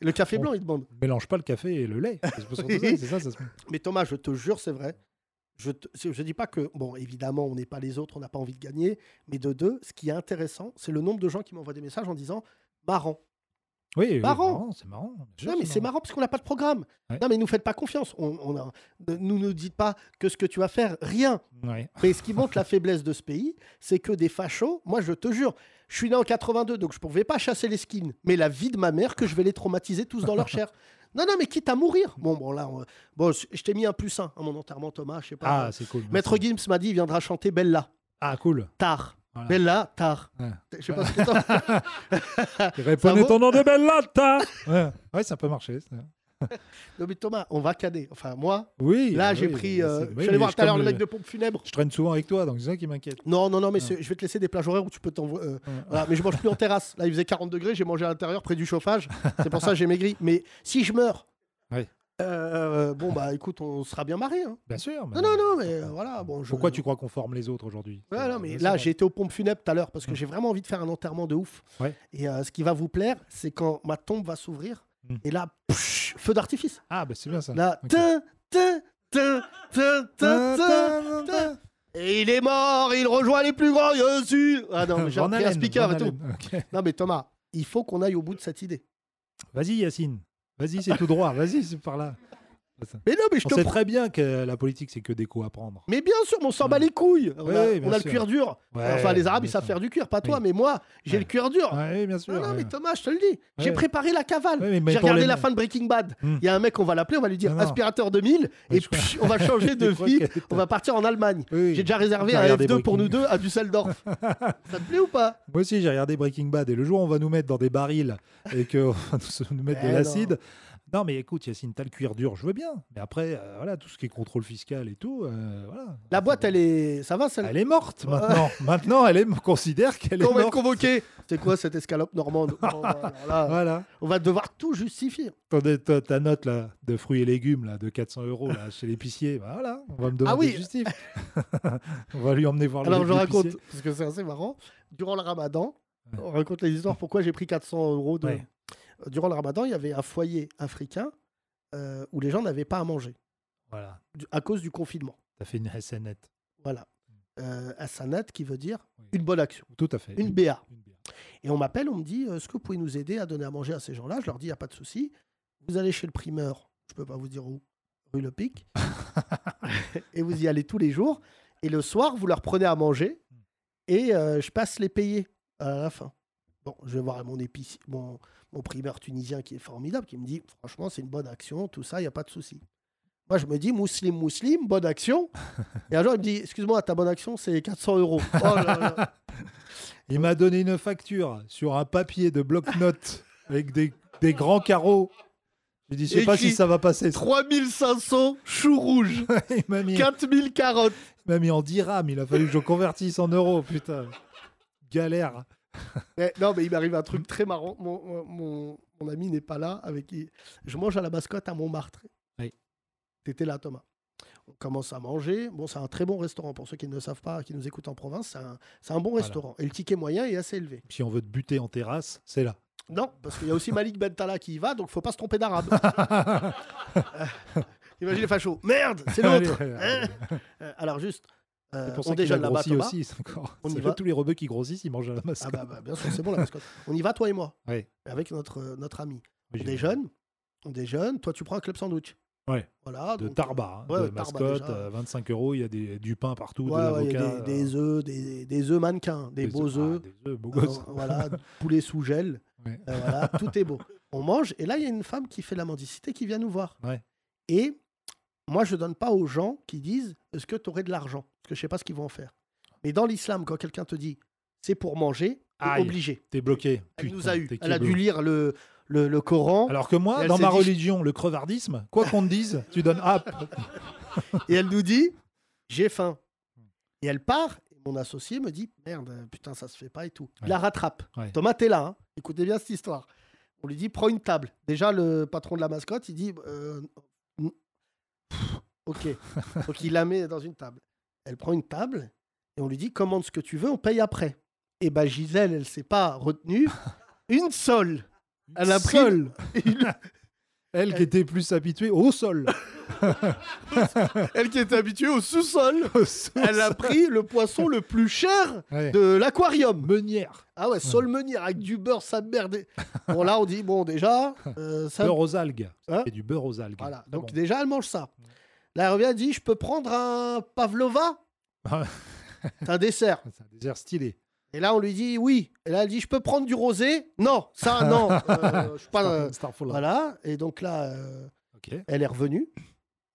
S3: le café blanc, il demande.
S4: mélange pas le café et le lait. C'est pour ça, c'est ça, ça se-
S3: Mais Thomas, je te jure, c'est vrai. Je ne dis pas que, bon, évidemment, on n'est pas les autres, on n'a pas envie de gagner. Mais de deux, ce qui est intéressant, c'est le nombre de gens qui m'envoient des messages en disant marrant.
S4: Oui, oui,
S3: Marrant.
S4: C'est marrant. bien sûr,
S3: Non, mais c'est marrant parce qu'on n'a pas de programme.
S4: Ouais.
S3: Non, mais nous faites pas confiance. On, on a- ne nous ne dites pas que ce que tu vas faire, rien.
S4: Ouais.
S3: Mais ce qui montre la faiblesse de ce pays, c'est que des fachos, moi, je te jure, je suis né en 82, donc je ne pouvais pas chasser les skins. Mais la vie de ma mère, que je vais les traumatiser tous dans leur chair. Non, non, mais quitte à mourir. Bon, bon, là, on- bon, je t'ai mis un plus un à mon enterrement, Thomas. Je sais pas.
S4: Ah, c'est cool.
S3: Maître
S4: merci.
S3: Gims m'a dit il viendra chanter Bella,
S4: Ah, cool.
S3: tard.
S4: Voilà.
S3: Bella, tard.
S4: Ouais.
S3: Je sais pas ce que t'en-
S4: Répondez
S3: Ah, vaut-
S4: ton nom de Bellata. ouais. ouais, ça peut marcher. ça.
S3: Non, mais Thomas, on va caner. Enfin, moi,
S4: Oui.
S3: là,
S4: bah
S3: j'ai
S4: oui,
S3: pris.
S4: mais
S3: euh,
S4: c'est-
S3: je
S4: oui,
S3: suis allé
S4: mais
S3: voir
S4: je
S3: tout à l'heure
S4: comme
S3: le mec
S4: le-
S3: de pompe funèbre.
S4: Je traîne souvent avec toi, donc c'est ça qui m'inquiète.
S3: Non, non, non, mais
S4: Ah.
S3: c'est- je vais te laisser des plages horaires où tu peux t'envoyer. euh,
S4: Ah.
S3: Mais je mange plus en terrasse. Là, il faisait 40 degrés, j'ai mangé à l'intérieur, près du chauffage. C'est pour ça que j'ai maigri. Mais si je meurs.
S4: Ouais.
S3: euh, bon, bah écoute, on sera bien marré. hein.
S4: Bien sûr.
S3: Non,
S4: mais-
S3: non, non, mais euh, voilà. Bon, je...
S4: Bah Pourquoi tu crois qu'on forme les autres aujourd'hui
S3: Ouais,
S4: C'est-
S3: non, mais
S4: c'est
S3: là,
S4: vrai.
S3: j'ai été aux pompes funèbres tout à l'heure parce que
S4: Euh, Mm.
S3: j'ai vraiment envie de faire un enterrement de ouf.
S4: Ouais.
S3: Et euh, ce qui va vous plaire, c'est quand ma tombe va s'ouvrir
S4: Mm.
S3: et là, psh, feu d'artifice.
S4: Ah, bah c'est bien ça.
S3: Là,
S4: Ok.
S3: tin, tin, tin, tin, tin, tin. Et il est mort, il rejoint les plus grands dessus. Ah non, mais j'ai
S4: Van
S3: repris un
S4: Halen,
S3: speaker
S4: Van
S3: et tout.
S4: Halen, ok.
S3: Non, mais Thomas, il faut qu'on aille au bout de cette idée.
S4: Vas-y, Yacine. Vas-y, c'est tout droit. Vas-y, c'est par là.
S3: Mais non, mais je
S4: On
S3: te
S4: sait
S3: prends.
S4: très bien que la politique, c'est que des coups à prendre.
S3: Mais bien sûr, mais on s'en bat les couilles. On a,
S4: Mm. Oui, bien
S3: on a le
S4: sûr.
S3: cuir dur.
S4: Ouais,
S3: enfin, les Arabes, ils
S4: bien
S3: savent
S4: sûr.
S3: faire du cuir, pas toi,
S4: Oui.
S3: mais moi, j'ai
S4: Ouais.
S3: le cuir dur.
S4: Oui, bien sûr.
S3: Non, non,
S4: ouais.
S3: mais Thomas, je te le dis. J'ai
S4: Ouais.
S3: préparé la cavale.
S4: Ouais, mais- mais
S3: J'ai
S4: pour
S3: regardé
S4: les-
S3: la fin de Breaking Bad. Il
S4: Hmm.
S3: y a un mec qu'on va l'appeler, on va lui dire
S4: Non, non.
S3: aspirateur 2000
S4: Ouais,
S3: et
S4: je
S3: puis on va changer de
S4: Je crois
S3: vie.
S4: qu'elle
S3: On va partir en Allemagne.
S4: Oui,
S3: J'ai déjà réservé
S4: T'as
S3: un
S4: regardé
S3: F2 pour
S4: Breaking
S3: nous deux à Düsseldorf. Ça te plaît ou pas
S4: Moi aussi, j'ai regardé Breaking Bad et le jour où on va nous mettre dans des barils et qu'on va nous- nous mettre
S3: Mais
S4: de
S3: Eh non.
S4: l'acide. Non, mais écoute, Yacine, t'as le cuir dur, je veux bien. Mais après, euh, voilà, tout ce qui est contrôle fiscal et tout, euh, voilà.
S3: La boîte, elle est. Ça va, celle
S4: Elle est morte maintenant. maintenant, elle est, considère qu'elle est
S3: Quand on va être
S4: morte.
S3: convoqué. C'est quoi cette escalope normande Oh, alors là,
S4: Voilà.
S3: On va devoir tout justifier.
S4: Ton- ta, ta note là, de fruits et légumes là, de 400 euros là, chez l'épicier, bah, voilà, on va me demander
S3: Ah oui.
S4: le justif. on va lui emmener voir le
S3: Alors je raconte,
S4: l'épicier.
S3: parce que c'est assez marrant, durant le ramadan,
S4: Ouais.
S3: on raconte les histoires pourquoi j'ai pris 400 euros de...
S4: Ouais.
S3: Euh, Durant le ramadan, il y avait un foyer africain euh, où les gens n'avaient pas à manger
S4: Voilà,
S3: du- à cause du confinement.
S4: t'as fait une SNET.
S3: Voilà. Euh, Hassanat qui veut dire
S4: Oui.
S3: une bonne action,
S4: Tout à fait.
S3: une BA.
S4: Une bière.
S3: Et on m'appelle, on me dit, euh, est-ce que vous pouvez nous aider à donner à manger à ces gens-là Je leur dis, il n'y a pas de souci. Vous allez chez le primeur, je peux pas vous dire où, rue Le Pic, et vous y allez tous les jours. Et le soir, vous leur prenez à manger et euh, je passe les payer à la fin. Bon, je vais voir mon, épici- mon, mon primeur tunisien qui est formidable, qui me dit, franchement, c'est une bonne action, tout ça, il n'y a pas de souci. Moi, je me dis, mousseline, mousseline, bonne action. Et un jour, il me dit, excuse-moi, ta bonne action, c'est 400 euros. Oh là là.
S4: Il m'a donné une facture sur un papier de bloc-notes avec des, des grands carreaux. J'ai dit, je sais pas
S3: Écrit
S4: si ça va passer. ça.
S3: 3500 choux rouges,
S4: Il m'a mis,
S3: 4000 carottes.
S4: il m'a mis en 10 rames, il a fallu que je convertisse en euros, putain. Galère.
S3: Eh, non, mais il m'arrive un truc très marrant. Mon, mon- mon- mon ami n'est pas là. avec qui Je mange à la mascotte à Montmartre.
S4: Oui.
S3: T'étais là, Thomas. On commence à manger. Bon, c'est un très bon restaurant. Pour ceux qui ne le savent pas, qui nous écoutent en province, c'est un, c'est un bon
S4: Voilà.
S3: restaurant. Et le ticket moyen est assez élevé.
S4: Si on veut te buter en terrasse, c'est là.
S3: Non, parce qu'il y a aussi Malik Bentala qui y va, donc faut pas se tromper d'arabe. Euh, Imagine les fachos. Merde, c'est
S4: Allez,
S3: l'autre.
S4: allez.
S3: Hein Euh, Alors juste, euh,
S4: C'est pour
S3: on
S4: ça qu'il a
S3: déjeune là-bas,
S4: grossi
S3: Thomas.
S4: aussi. c'est Encore.
S3: On y
S4: C'est
S3: va.
S4: tous les rebeux qui grossissent, ils mangent à la
S3: Ah
S4: mascotte.
S3: bah, bah, bien sûr, c'est bon la mascotte. On y va, toi et moi.
S4: Ouais.
S3: Avec notre, euh, notre ami. On
S4: Oui, j'ai-
S3: déjeune. On déjeune. Toi, tu prends un club sandwich.
S4: Ouais.
S3: Voilà.
S4: De
S3: donc, euh,
S4: Tarba, hein,
S3: Ouais,
S4: de
S3: Tarba,
S4: mascotte,
S3: déjà.
S4: euh, 25 euros, il y a des, du pain partout,
S3: ouais,
S4: de
S3: ouais, il y a
S4: l'avocat.
S3: des, des œufs, des, des œufs mannequins, des, beaux œufs.
S4: ah, des œufs, beaux
S3: euh,
S4: gosses.
S3: voilà, poulet sous gel.
S4: Ouais.
S3: euh, voilà, tout est beau. On mange. Et là, il y a une femme qui fait la mendicité qui vient nous voir.
S4: Ouais.
S3: Et moi, je donne pas aux gens qui disent Est-ce que tu aurais de l'argent Parce que je sais pas ce qu'ils vont en faire. Mais dans l'islam, quand quelqu'un te dit C'est pour manger, t'es
S4: Aïe.
S3: obligé.
S4: T'es bloqué.
S3: Elle nous
S4: Putain,
S3: a eu.
S4: t'es
S3: Elle a
S4: keblo.
S3: dû lire le, le, le Coran.
S4: Alors que
S3: Et
S4: moi,
S3: elle
S4: dans
S3: s'est
S4: ma
S3: dit-
S4: religion, le crevardisme, quoi qu'on te dise, tu donnes. Ah,
S3: Et elle nous dit J'ai faim. Et elle part. Et mon associé me dit Merde, euh, putain, ça se fait pas et tout. Il
S4: Ouais.
S3: la rattrape.
S4: Ouais.
S3: Thomas, t'es là. hein. Écoutez bien cette histoire. On lui dit Prends une table. Déjà, le patron de la mascotte, il dit Euh, n- pff, Ok. Donc il la met dans une table. Elle prend une table et on lui dit Commande ce que tu veux, on paye après. Et ben Gisèle, elle s'est pas retenue. Une seule. Elle a pris
S4: Seule.
S3: une-
S4: Elle qui était plus habituée au sol.
S3: elle qui était habituée au sous-sol.
S4: Au sol.
S3: Elle a pris le poisson le plus cher
S4: Ouais.
S3: de l'aquarium.
S4: Meunière,
S3: Ah ouais, solmenière avec du beurre, sa mère. des- Bon, là, on dit, bon, déjà, euh, ça.
S4: beurre aux algues.
S3: Hein
S4: Et du beurre aux algues.
S3: Voilà.
S4: Ah
S3: Donc,
S4: bon.
S3: déjà, elle mange ça. Là, elle revient, elle dit, je peux prendre un pavlova
S4: Ah.
S3: C'est un dessert.
S4: C'est un désert stylé.
S3: Et là, on lui dit, oui. Et là, elle dit, je peux prendre du rosé Non, ça, non. Euh, je suis pas. euh,
S4: Starfall.
S3: Voilà. Et donc là, euh,
S4: Ok.
S3: elle est revenue.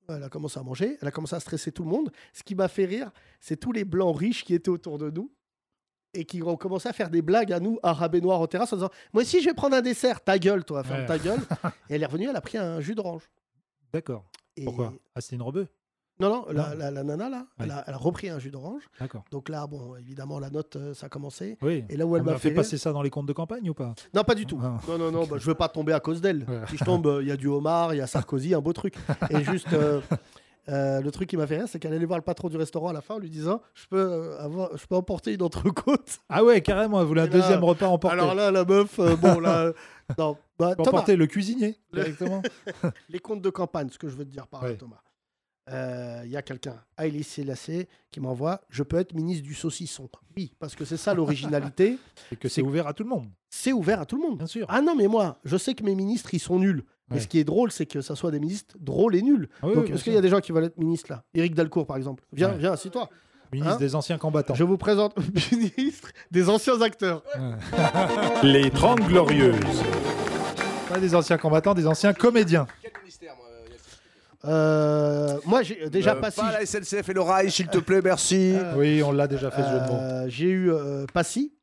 S3: Elle a commencé à manger. Elle a commencé à stresser tout le monde. Ce qui m'a fait rire, c'est tous les blancs riches qui étaient autour de nous et qui ont commencé à faire des blagues à nous, arabes et noirs en terrasse, en disant Moi aussi, je vais prendre un dessert. Ta gueule, toi, ferme
S4: Ouais.
S3: ta gueule. et elle est revenue, elle a pris un jus d'orange.
S4: D'accord.
S3: Et-
S4: Pourquoi Ah, c'est une rebeu
S3: Non, non, la,
S4: Non.
S3: la- la nana, là, elle, a, elle a repris un jus d'orange.
S4: D'accord.
S3: Donc là, bon, évidemment, la note, euh, ça a commencé.
S4: Oui.
S3: Et là où
S4: On
S3: elle m'a
S4: a
S3: fait,
S4: fait,
S3: rire-
S4: passer ça dans les comptes de campagne ou pas
S3: Non, pas du tout.
S4: Ah.
S3: Non, non, non, bah, je veux pas tomber à cause d'elle.
S4: Ouais.
S3: Si je tombe, euh, il y a du homard, il y a Sarkozy, un beau truc. Et juste, euh, euh, le truc qui m'a fait rire, c'est qu'elle allait voir le patron du restaurant à la fin en lui disant Je peux, euh, avoir, je peux emporter une entrecôte.
S4: Ah ouais, carrément, elle voulait un
S3: Et là,
S4: deuxième repas emporté.
S3: Alors là, la meuf, euh, bon, là. euh, non, bah, Thomas,
S4: emporter le cuisinier
S3: Le-
S4: directement.
S3: les comptes de campagne, ce que je veux te dire par là,
S4: Ouais.
S3: Thomas. Euh, Il y a quelqu'un, Haïlé Sélassé, qui m'envoie Je peux être ministre du saucisson. Oui, parce que c'est ça l'originalité.
S4: Et que c'est ouvert à tout le monde.
S3: c'est ouvert à tout le monde.
S4: Bien sûr.
S3: Ah non, mais moi, je sais que mes ministres, ils sont nuls. Mais
S4: Ouais.
S3: ce qui est drôle, c'est que ça soit des ministres drôles et nuls.
S4: Ah oui,
S3: Donc,
S4: oui, bien
S3: est-ce qu'il y a des gens qui veulent être ministres là Éric Dalcourt, par exemple. Viens,
S4: Ouais.
S3: viens, assis-toi.
S4: Ministre
S3: Hein
S4: des anciens combattants.
S3: Je vous présente le ministre des anciens acteurs.
S5: Les 30 Glorieuses.
S4: Pas des anciens combattants, des anciens comédiens.
S3: Euh, moi, j'ai déjà
S6: Euh,
S3: passé.
S6: Pas la SNCF et le rail, s'il te plaît, merci.
S3: Ah.
S4: Oui, on l'a déjà fait ce jeu de mots.
S3: Euh, j'ai eu euh, Passy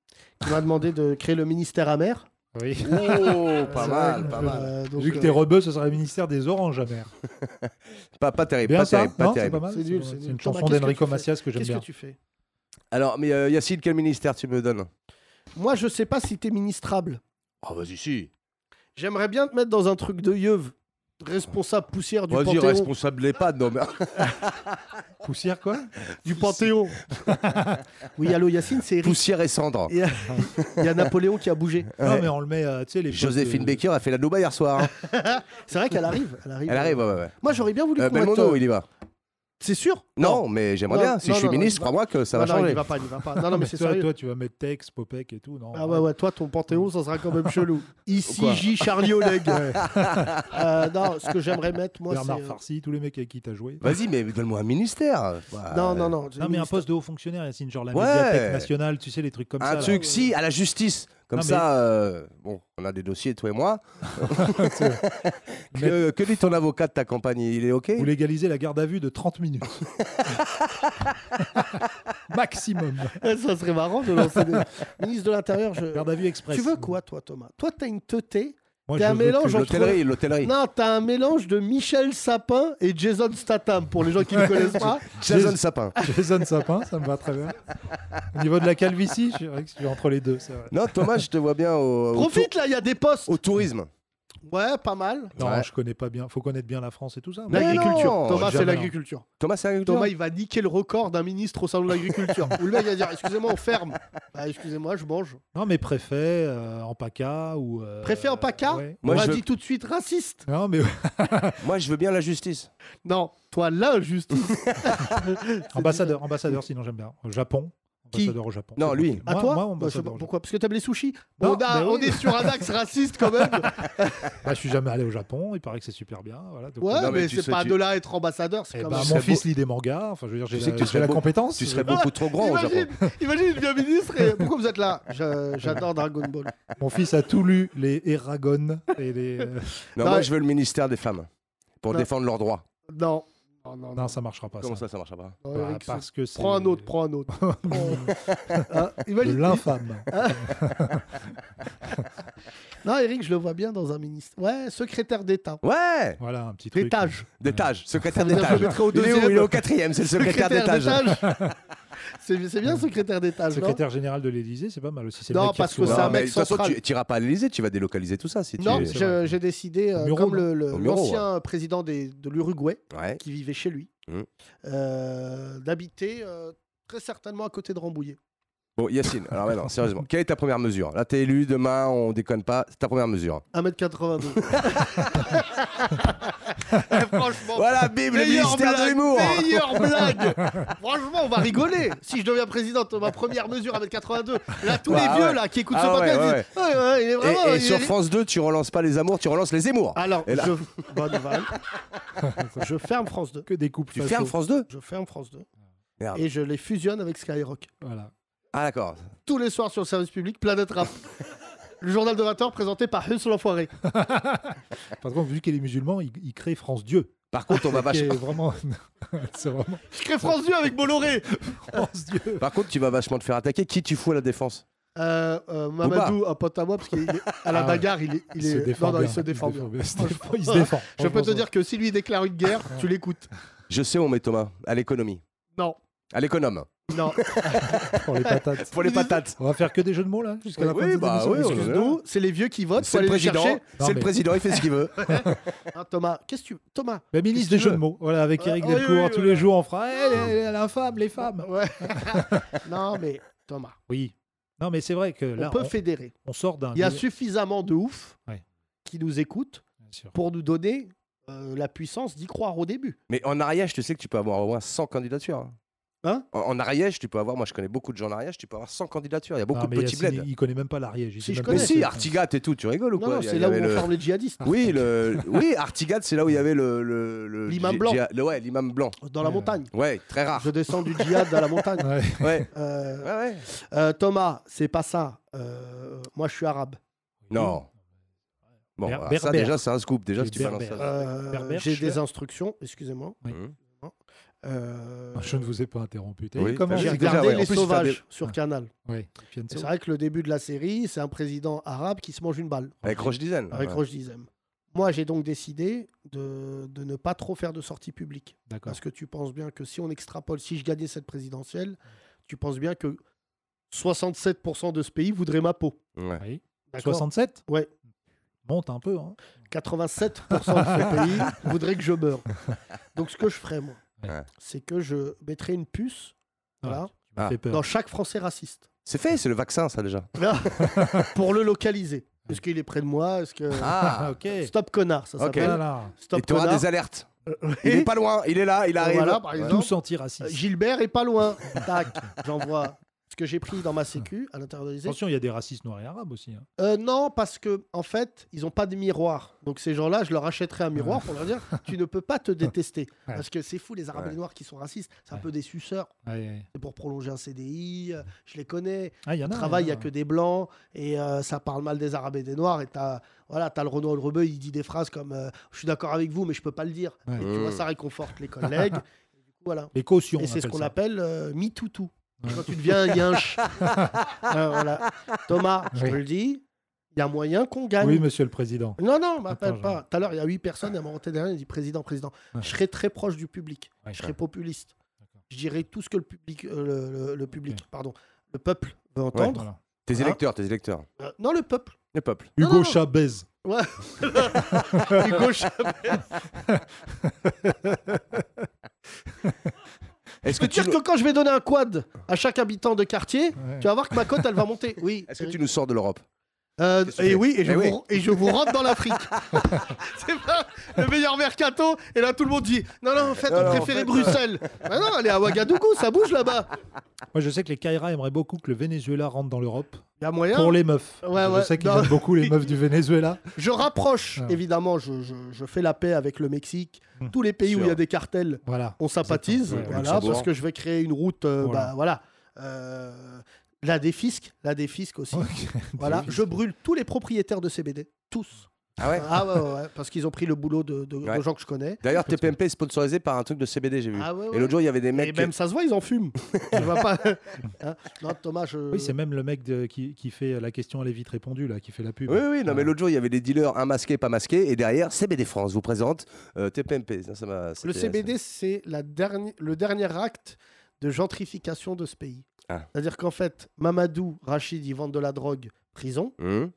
S3: qui m'a demandé de créer le ministère amer.
S4: Oui.
S6: Oh, pas
S4: C'est
S6: mal,
S4: vrai
S6: pas
S4: que-
S6: mal.
S3: Euh, Ah. donc,
S4: Vu que
S3: euh,
S4: t'es rebeu, ce serait le ministère des oranges amères.
S6: Pas, pas terrible,
S4: Bien
S6: pas
S4: ça
S6: terrible, Eh pas
S4: Non, c'est
S6: terrible.
S4: pas mal.
S3: C'est nul,
S4: pas-
S3: c'est nul.
S4: une
S3: Thomas,
S4: chanson
S3: qu'est-ce que
S4: d'Enrico
S3: tu fais
S4: Macias que j'aime
S3: Qu'est-ce
S4: bien.
S3: que tu fais
S6: Alors, mais euh, Yacine, quel ministère tu me donnes
S3: Moi, je sais pas si t'es ministrable.
S6: Oh, vas-y, si.
S3: J'aimerais bien te mettre dans un truc de yeuve, responsable poussière du
S6: Vas-y,
S3: panthéon.
S6: responsable de l'EHPAD, non, mais.
S4: Poussière quoi
S3: Du panthéon. oui, allô, Yacine, c'est Eric.
S6: Poussière et cendre.
S3: Il y, a... il y a Napoléon qui a bougé.
S4: Non, mais on le met, euh, tu sais, les. potes
S6: Joséphine
S4: de-
S6: Baker a fait la Nouba hier soir. hein.
S3: C'est vrai qu'elle arrive. Elle arrive.
S6: Elle arrive, ouais, ouais. ouais.
S3: Moi, j'aurais bien voulu
S6: Euh,
S3: qu'on mette,
S6: Belmondo,
S3: euh,
S6: il y va.
S3: C'est sûr
S6: Non, mais j'aimerais
S3: Non,
S6: bien. Si
S3: non,
S6: je suis
S3: non,
S6: ministre,
S3: non,
S6: crois-moi que ça
S3: Non,
S6: va
S3: non,
S6: changer.
S3: il va pas, il va pas. Non, non, mais c'est
S4: toi,
S3: sérieux.
S4: toi, tu vas mettre Tex, Popek et tout. Non,
S3: Ah ouais, ouais, toi, ton Panthéon, ça sera quand même chelou. Ici,
S6: Quoi
S3: J. Charlie Oleg. Euh, non, ce que j'aimerais mettre, moi, c'est.
S4: Bernard
S3: euh,
S4: Farsi, tous les mecs avec qui t'as joué.
S6: Vas-y, mais donne-moi un ministère. Bah,
S3: Non, non, non.
S4: Non, mais un poste de haut fonctionnaire, Yacine, genre la
S6: Ouais.
S4: médiathèque nationale, tu sais, les trucs comme ça.
S6: Un
S4: là.
S6: truc, si, à la justice. Comme
S4: Non, mais-
S6: ça, euh, bon, on a des dossiers, toi et moi. que, que dit ton avocat de ta campagne Il est OK
S4: Vous légalisez la garde à vue de 30 minutes. Maximum.
S3: Ça serait marrant de lancer des. Ministre de l'Intérieur, je.
S4: Garde à vue express.
S3: Tu veux quoi, toi, Thomas Toi, t'as une teuté.
S4: Moi,
S3: T'es
S4: je
S3: un
S4: veux
S3: mélange
S4: que-
S3: entre-
S6: L'hôtellerie, l'hôtellerie.
S3: Non, t'as un mélange de Michel Sapin et Jason Statham, pour les gens qui ne connaissent pas.
S6: Jason Sapin.
S4: Jason Sapin, ça me va très bien. Au niveau de la calvitie, je dirais que je suis entre les deux, c'est vrai.
S6: Non, Thomas, je te vois bien au, au
S3: Profite, là, il y a des postes.
S6: tou- au tourisme.
S3: Ouais, pas mal.
S4: Non,
S6: Ouais.
S4: je connais pas bien. Faut connaître bien la France et tout ça.
S6: Mais
S3: L'agriculture.
S6: non,
S3: Thomas, c'est
S4: jamais.
S3: l'agriculture.
S6: Thomas, c'est un
S3: Thomas, il va niquer le record d'un ministre au salon de l'agriculture. Où le mec va dire Excusez-moi, on ferme. Bah, excusez-moi, je mange.
S4: Non, mais préfet euh, en PACA ou. euh,
S3: Préfet en PACA
S4: ouais.
S3: On
S6: Moi,
S3: m'a
S6: je-
S3: dit tout de suite raciste.
S4: Non, mais
S6: Moi, je veux bien la justice.
S3: Non, toi l'injustice.
S4: ambassadeur, ambassadeur, sinon j'aime bien. Au Japon.
S3: Qui
S4: Ambassadeur au Japon.
S6: Non,
S4: c'est
S6: lui.
S4: bon.
S3: À
S4: Moi-
S3: toi Bah,
S4: moi,
S3: je sais pas
S4: ambassadeur au
S3: Pourquoi Parce que t'aimes les sushis
S4: Non,
S3: on, a-
S4: mais
S3: on
S4: oui.
S3: est sur un axe raciste quand même.
S4: Japon. Bah, je suis jamais allé au Japon. Il paraît que c'est super bien. Voilà, donc- euh,
S3: Ouais,
S6: Non, mais
S3: mais,
S6: tu
S3: c'est
S6: sais,
S3: pas
S6: tu-
S3: de là à être ambassadeur. C'est
S4: Eh
S3: quand
S4: ben,
S3: même.
S6: serais
S4: mon
S6: beau-
S4: fils lit des mangas. Enfin, je veux dire, j'ai
S6: sais
S4: la,
S6: que tu
S4: j'ai
S6: serais
S4: la
S6: beau-
S4: compétence.
S6: Tu serais
S4: Je-
S6: beaucoup trop grand au Japon.
S3: Imagine, imagine, il devient ministre et pourquoi vous êtes là Je- J'adore Dragon Ball.
S4: Mon fils a tout lu les Eragon et les. euh,
S6: Non,
S3: Non,
S6: moi,
S3: mais-
S6: je veux le ministère des femmes pour
S3: Non.
S6: défendre leurs droits.
S3: Non. Non, non, non.
S4: Non, ça marchera pas.
S6: Comment
S4: ça
S6: ça, ça marche pas
S3: non,
S4: Bah,
S3: Eric,
S4: Parce que c'est.
S3: Prends un autre, prends un autre. Hein,
S4: de
S3: imagine-
S4: L'infâme.
S3: Non, Eric, je le vois bien dans un ministre. Ouais, secrétaire d'État.
S6: Ouais
S4: Voilà un petit truc.
S3: D'étage.
S6: D'étage, secrétaire
S3: veut dire que
S6: d'étage.
S3: je mettrai au
S6: Il est où
S3: deuxième.
S6: Il est au quatrième, c'est le secrétaire d'étage.
S3: d'étage. C'est c'est bien secrétaire d'étage. non
S4: Secrétaire général de l'Élysée, c'est pas mal aussi. c'est le
S3: Non,
S4: mec qui
S3: parce que
S4: reçoit-
S3: c'est un
S6: Non, mais
S3: mec
S6: de toute façon,
S3: central.
S6: tu n'iras pas à l'Elysée, tu vas délocaliser tout ça. Si tu...
S3: Non,
S4: c'est
S3: je-
S4: vrai.
S3: j'ai décidé, euh,
S4: Au Muro,
S3: comme le- le-
S6: Au Muro,
S3: l'ancien président des- de l'Uruguay,
S6: Ouais.
S3: qui vivait chez lui,
S6: Mm.
S3: euh, d'habiter euh, très certainement à côté de Rambouillet.
S6: Bon, Yacine, alors maintenant, sérieusement, quelle est ta première mesure Là, t'es élu, demain, on déconne pas, c'est ta première mesure.
S3: 1m82. Eh, franchement,
S6: Voilà, bim, le
S3: meilleure
S6: ministère de
S3: blague,
S6: l'humour
S3: meilleure blague. Franchement, on va rigoler. Si je deviens président, ma première mesure 1m82. Là, tous
S6: Ah
S3: les vieux
S6: ouais.
S3: là qui écoutent
S6: Ah
S3: ce podcast
S6: ouais,
S3: disent ouais, ouais, il est vraiment.
S6: Et, et
S3: il
S6: sur
S3: est-
S6: France 2, tu relances pas les amours, tu relances les émours.
S3: Alors,
S6: Et là-
S3: je... bonne vanne. je ferme France 2.
S4: que des couples.
S6: tu
S4: fachos.
S6: fermes France 2
S3: Je ferme France 2.
S6: Merde.
S3: Et je les fusionne avec Skyrock.
S4: Voilà.
S6: Ah, d'accord.
S3: tous les soirs sur le service public, Planète Rap. Le journal de 20h présenté par Huss l'enfoiré.
S4: Par contre, vu qu'il est musulman, il, il crée France Dieu.
S6: Par contre, on va
S4: Qui est
S6: vachement...
S4: vraiment. c'est vraiment
S3: Je crée France 2 avec Bolloré.
S4: France Dieu.
S6: Par contre, tu vas vachement te faire attaquer. Qui tu fous à la défense
S3: Euh, euh, Mamadou, un pote à moi, parce qu'à la
S4: Ah ouais.
S3: bagarre, il est. il
S4: Il se
S3: est-
S4: défend.
S3: non, non,
S4: bien.
S3: il se défend bien.
S4: Il se défend. Il se défend.
S3: Je peux te dire que si lui déclare une guerre, tu l'écoutes.
S6: Je sais où on met Thomas, à l'économie.
S3: Non,
S6: À l'économe.
S3: non.
S6: Ah
S4: Pour les patates.
S6: Pour les patates.
S4: On va faire que des jeux de mots là jusqu'à la
S6: Oui,
S4: fin de cette
S6: bah
S4: émission.
S6: oui, on-
S4: Excuse-nous.
S3: Nous, c'est les vieux qui votent. faut
S6: C'est le
S3: aller les
S6: président,
S3: chercher.
S6: c'est
S4: Non,
S6: le
S4: mais-
S6: président, il fait ce qu'il veut.
S3: Hein, Thomas, qu'est-ce que tu. Thomas
S4: La ministre
S6: Qu'est-ce que
S4: des
S6: tu
S4: jeux
S6: veux
S4: de mots. Voilà, avec
S3: Ah,
S4: Eric
S3: oui,
S4: Delcourt,
S3: oui,
S4: tous
S3: oui.
S4: les jours on fera. Eh, les- l'infâme, les femmes.
S3: Ouais. non, mais Thomas,
S4: Oui. Non, mais c'est vrai que
S3: on
S4: là,
S3: peut
S4: on,
S3: fédérer.
S4: on sort d'un.
S3: Il y a suffisamment de ouf
S4: Ouais.
S3: qui nous écoutent
S4: Bien sûr.
S3: pour nous donner euh, la puissance d'y croire au début.
S6: Mais en Ariège, tu sais que tu peux avoir au moins 100 candidatures. hein.
S3: Hein
S6: en, en Ariège, tu peux avoir, moi je connais beaucoup de gens en Ariège, tu peux avoir 100 candidatures. Il y a beaucoup
S3: Ah,
S4: Non,
S6: de
S4: mais
S6: petits
S4: Yacine,
S6: bleds.
S4: Il connaît même pas l'Ariège. il
S3: Si,
S4: sait
S3: je
S4: même pas
S6: Mais
S4: où
S3: connais,
S6: si,
S4: c'est.
S6: Artigat et tout, tu rigoles ou
S3: Non,
S6: quoi
S3: non,
S6: Il y
S3: c'est là où
S6: avait
S3: on
S6: le-
S3: forme les djihadistes.
S6: Oui, le... oui, Artigat, c'est là où il y avait le. le- le-
S3: L'imam
S6: dji-
S3: blanc.
S6: dji- le- ouais, l'imam blanc.
S3: Dans la
S4: Ouais.
S3: montagne.
S6: Ouais, très rare.
S3: Je descends du djihad dans la montagne.
S4: Ouais.
S6: Ouais,
S3: Euh,
S6: ouais, ouais.
S3: euh, Thomas, c'est pas ça. Euh, moi, je suis arabe.
S6: Non. Bon,
S4: Ber-
S6: alors ça
S4: berbère.
S6: déjà, c'est un scoop. Déjà,
S4: Les
S6: si tu balances
S4: berbères.
S6: ça.
S3: Euh,
S4: Berbère,
S3: J'ai des
S4: chouette.
S3: instructions, excusez-moi.
S4: Oui.
S6: Hum.
S3: Euh,
S6: Ah,
S4: Je ne vous ai pas interrompu. T'as
S6: Oui,
S4: vu comment
S6: t'as
S3: J'ai
S6: vu.
S4: c'est
S6: Bah, Déjà,
S3: regardé
S6: ouais, en
S3: Les
S6: plus, il fait
S3: Sauvages
S6: des-
S3: sur
S4: Ouais.
S3: Canal.
S4: Ouais, ils viennent
S3: Et
S4: sauver.
S3: C'est vrai que le début de la série, c'est un président arabe qui se mange une balle
S6: Avec Roche Dizaine.
S3: avec
S6: Ah Ouais.
S3: Roche Dizem. Moi, j'ai donc décidé de, de ne pas trop faire de sorties publiques.
S4: D'accord.
S3: Parce que tu penses bien que si on extrapole, si je gagnais cette présidentielle, tu penses bien que 67% de ce pays voudrait ma peau.
S6: Ouais.
S4: Oui.
S3: D'accord
S4: 67
S3: Ouais.
S4: Monte un peu. hein.
S3: 87% de ce pays voudrait que je meure. Donc ce que je ferais, moi,
S6: Ouais.
S3: c'est que je mettrais une puce voilà,
S4: Ça
S6: Ah.
S4: fait peur.
S3: dans chaque Français raciste
S6: C'est fait, c'est le vaccin, ça déjà.
S3: pour le localiser. Est-ce qu'il est près de moi Est-ce que...
S6: Ah,
S4: Ah, ok.
S3: Stop connard, ça
S6: Ok.
S4: Ah là
S3: s'appelle.
S4: là.
S6: et
S3: Stop
S6: tu auras
S3: connard.
S6: des alertes. Il
S3: Et-
S6: est pas loin, il est là, il arrive.
S3: Voilà, par
S6: Ouais.
S3: exemple.
S4: Tous
S3: Euh,
S4: antiracistes.
S3: Gilbert est pas loin. Tac, j'envoie ce que j'ai pris dans ma sécu à l'intérieur de l'Élysée.
S4: Attention, il y a des racistes noirs et arabes aussi. hein.
S3: Euh, non, parce que en fait, ils n'ont pas de miroir. Donc ces gens-là, je leur achèterai un miroir pour leur dire tu ne peux pas te détester.
S4: Ouais.
S3: Parce que c'est fou, les Arabes et les Noirs qui sont racistes, c'est un
S4: Ouais.
S3: peu des suceurs.
S4: Ouais, ouais.
S3: C'est pour prolonger un CDI, euh, je les connais.
S4: Ah, il y en a.
S3: Au travail, il n'y a
S4: hein.
S3: que des blancs et euh, ça parle mal des Arabes et des Noirs. Et t'as voilà, as le Renaud le Rebeu, il dit des phrases comme euh, Je suis d'accord avec vous, mais je peux pas le dire.
S4: Ouais.
S3: Et tu vois,
S6: Mmh.
S3: ça réconforte les collègues. Et du coup, voilà.
S4: Les cautions.
S3: Et c'est ce qu'on appelle euh, mitoutou.
S4: Ouais.
S3: Quand tu deviens un yinche. Euh, voilà. Thomas, je te
S4: Oui.
S3: le dis, il y a moyen qu'on
S4: ça.
S3: gagne.
S4: Oui, monsieur le président.
S3: Non, non, m'appelle
S4: Attends,
S3: pas. Tout à l'heure, il y a huit personnes, il m'a rentré derrière, il dit président, président.
S4: Ouais.
S3: Je serai très proche du public.
S4: Ouais.
S3: Je serai populiste.
S4: D'accord.
S3: Je dirai tout ce que le public, euh, le, le- le public, pardon, le peuple veut entendre.
S4: Voilà.
S6: Tes électeurs, tes électeurs.
S3: Euh, non, le peuple.
S6: Le peuple.
S3: Non,
S4: Hugo
S3: non.
S4: Chabez.
S3: Hugo Chabez.
S6: Est-ce que, tu
S3: C'est-à-dire
S6: nous...
S3: que quand je vais donner un quad à chaque habitant de quartier,
S4: Ouais.
S3: tu vas voir que ma cote, elle va monter. Oui.
S6: Est-ce que tu nous sors de l'Europe
S3: Euh,
S6: Qu'est-ce que tu
S3: et
S6: fais
S3: oui, et je,
S6: Mais oui.
S3: vous, et je vous rentre dans l'Afrique. c'est pas le meilleur mercato. Et là, tout le monde dit Non, non, en fait,
S6: Non, non,
S3: on
S6: en
S3: préférait
S6: fait, euh,
S3: Bruxelles. Bah non, allez à Ouagadougou, ça bouge là-bas.
S4: Moi, je sais que les Kaira aimeraient beaucoup que le Venezuela rentre dans l'Europe
S3: Il y a moyen.
S4: pour les meufs.
S3: Ouais,
S4: je
S3: ouais.
S4: sais qu'ils
S3: Non.
S4: aiment beaucoup les meufs du Venezuela.
S3: Je rapproche,
S4: Ah.
S3: évidemment, je, je- je fais la paix avec le Mexique.
S4: Hmm.
S3: Tous les pays où
S6: Sûr.
S3: il y a des cartels,
S4: Voilà.
S3: on sympathise.
S4: Exactement. Ouais,
S3: voilà,
S6: Luxembourg.
S3: parce que je vais créer une route. euh,
S4: Voilà.
S3: bah, voilà. Euh, la défisque, la défisque aussi.
S4: Ok.
S3: Voilà,
S4: Des-
S3: je brûle tous les propriétaires de CBD, tous.
S6: Ah ouais
S3: Ah ouais, ouais, ouais, parce qu'ils ont pris le boulot de, de- de
S6: Ouais.
S3: gens que je connais.
S6: D'ailleurs, TPMP est sponsorisé par un truc de CBD, j'ai vu.
S3: Ah ouais,
S6: Et
S3: ouais.
S6: l'autre jour, il y avait des
S3: Et
S6: mecs.
S3: même ça se voit, ils en fument. tu vois pas Hein Non, Thomas, je.
S4: Oui, c'est même le mec de- qui, qui fait la question, elle est vite répondue, là, qui fait la pub.
S6: Oui, oui,
S3: Ah.
S6: non, mais l'autre jour, il y avait des dealers, un masqué, pas masqué, et derrière, CBD France vous présente euh, TPMP. Ça, ça m'a-
S3: le
S6: c'était-
S3: CBD, c'est la dernière, le dernier acte de gentrification de ce pays.
S6: Ah.
S3: C'est-à-dire qu'en fait, Mamadou, Rachid, ils vendent de la drogue, prison.
S6: Hum,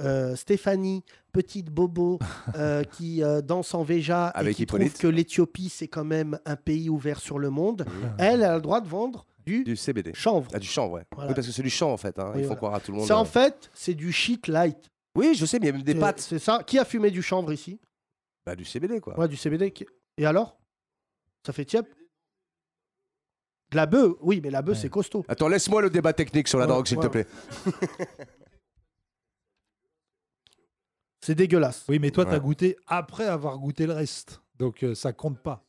S3: Euh, Stéphanie, petite bobo euh, qui euh, danse en Véja
S6: Avec
S3: et qui
S6: Hippolyte.
S3: trouve que l'Éthiopie, c'est quand même un pays ouvert sur le monde,
S6: hum.
S3: elle, elle a le droit de vendre du,
S6: Du CBD.
S3: chanvre.
S6: Ah, du champ, ouais.
S3: Voilà.
S6: Oui, parce que c'est du champ, en fait. hein.
S3: Oui,
S6: il faut
S3: voilà.
S6: croire à tout le monde.
S3: Ça, en
S6: euh.
S3: fait, c'est du shit light.
S6: Oui, je sais, mais il y a même des
S3: C'est-
S6: pâtes.
S3: C'est ça. Qui a fumé du chanvre ici
S6: Bah, du CBD, quoi.
S3: Ouais, du CBD. qui- Et alors Ça fait tiep De la bœuf, oui, mais la bœuf,
S4: Ouais.
S3: c'est costaud.
S6: Attends, laisse-moi le débat technique sur la
S3: Ouais,
S6: drogue, s'il
S3: ouais.
S6: te plaît.
S3: C'est dégueulasse.
S4: Oui, mais toi, t'as
S6: Ouais.
S4: goûté après avoir goûté le reste. Donc, euh, ça compte pas.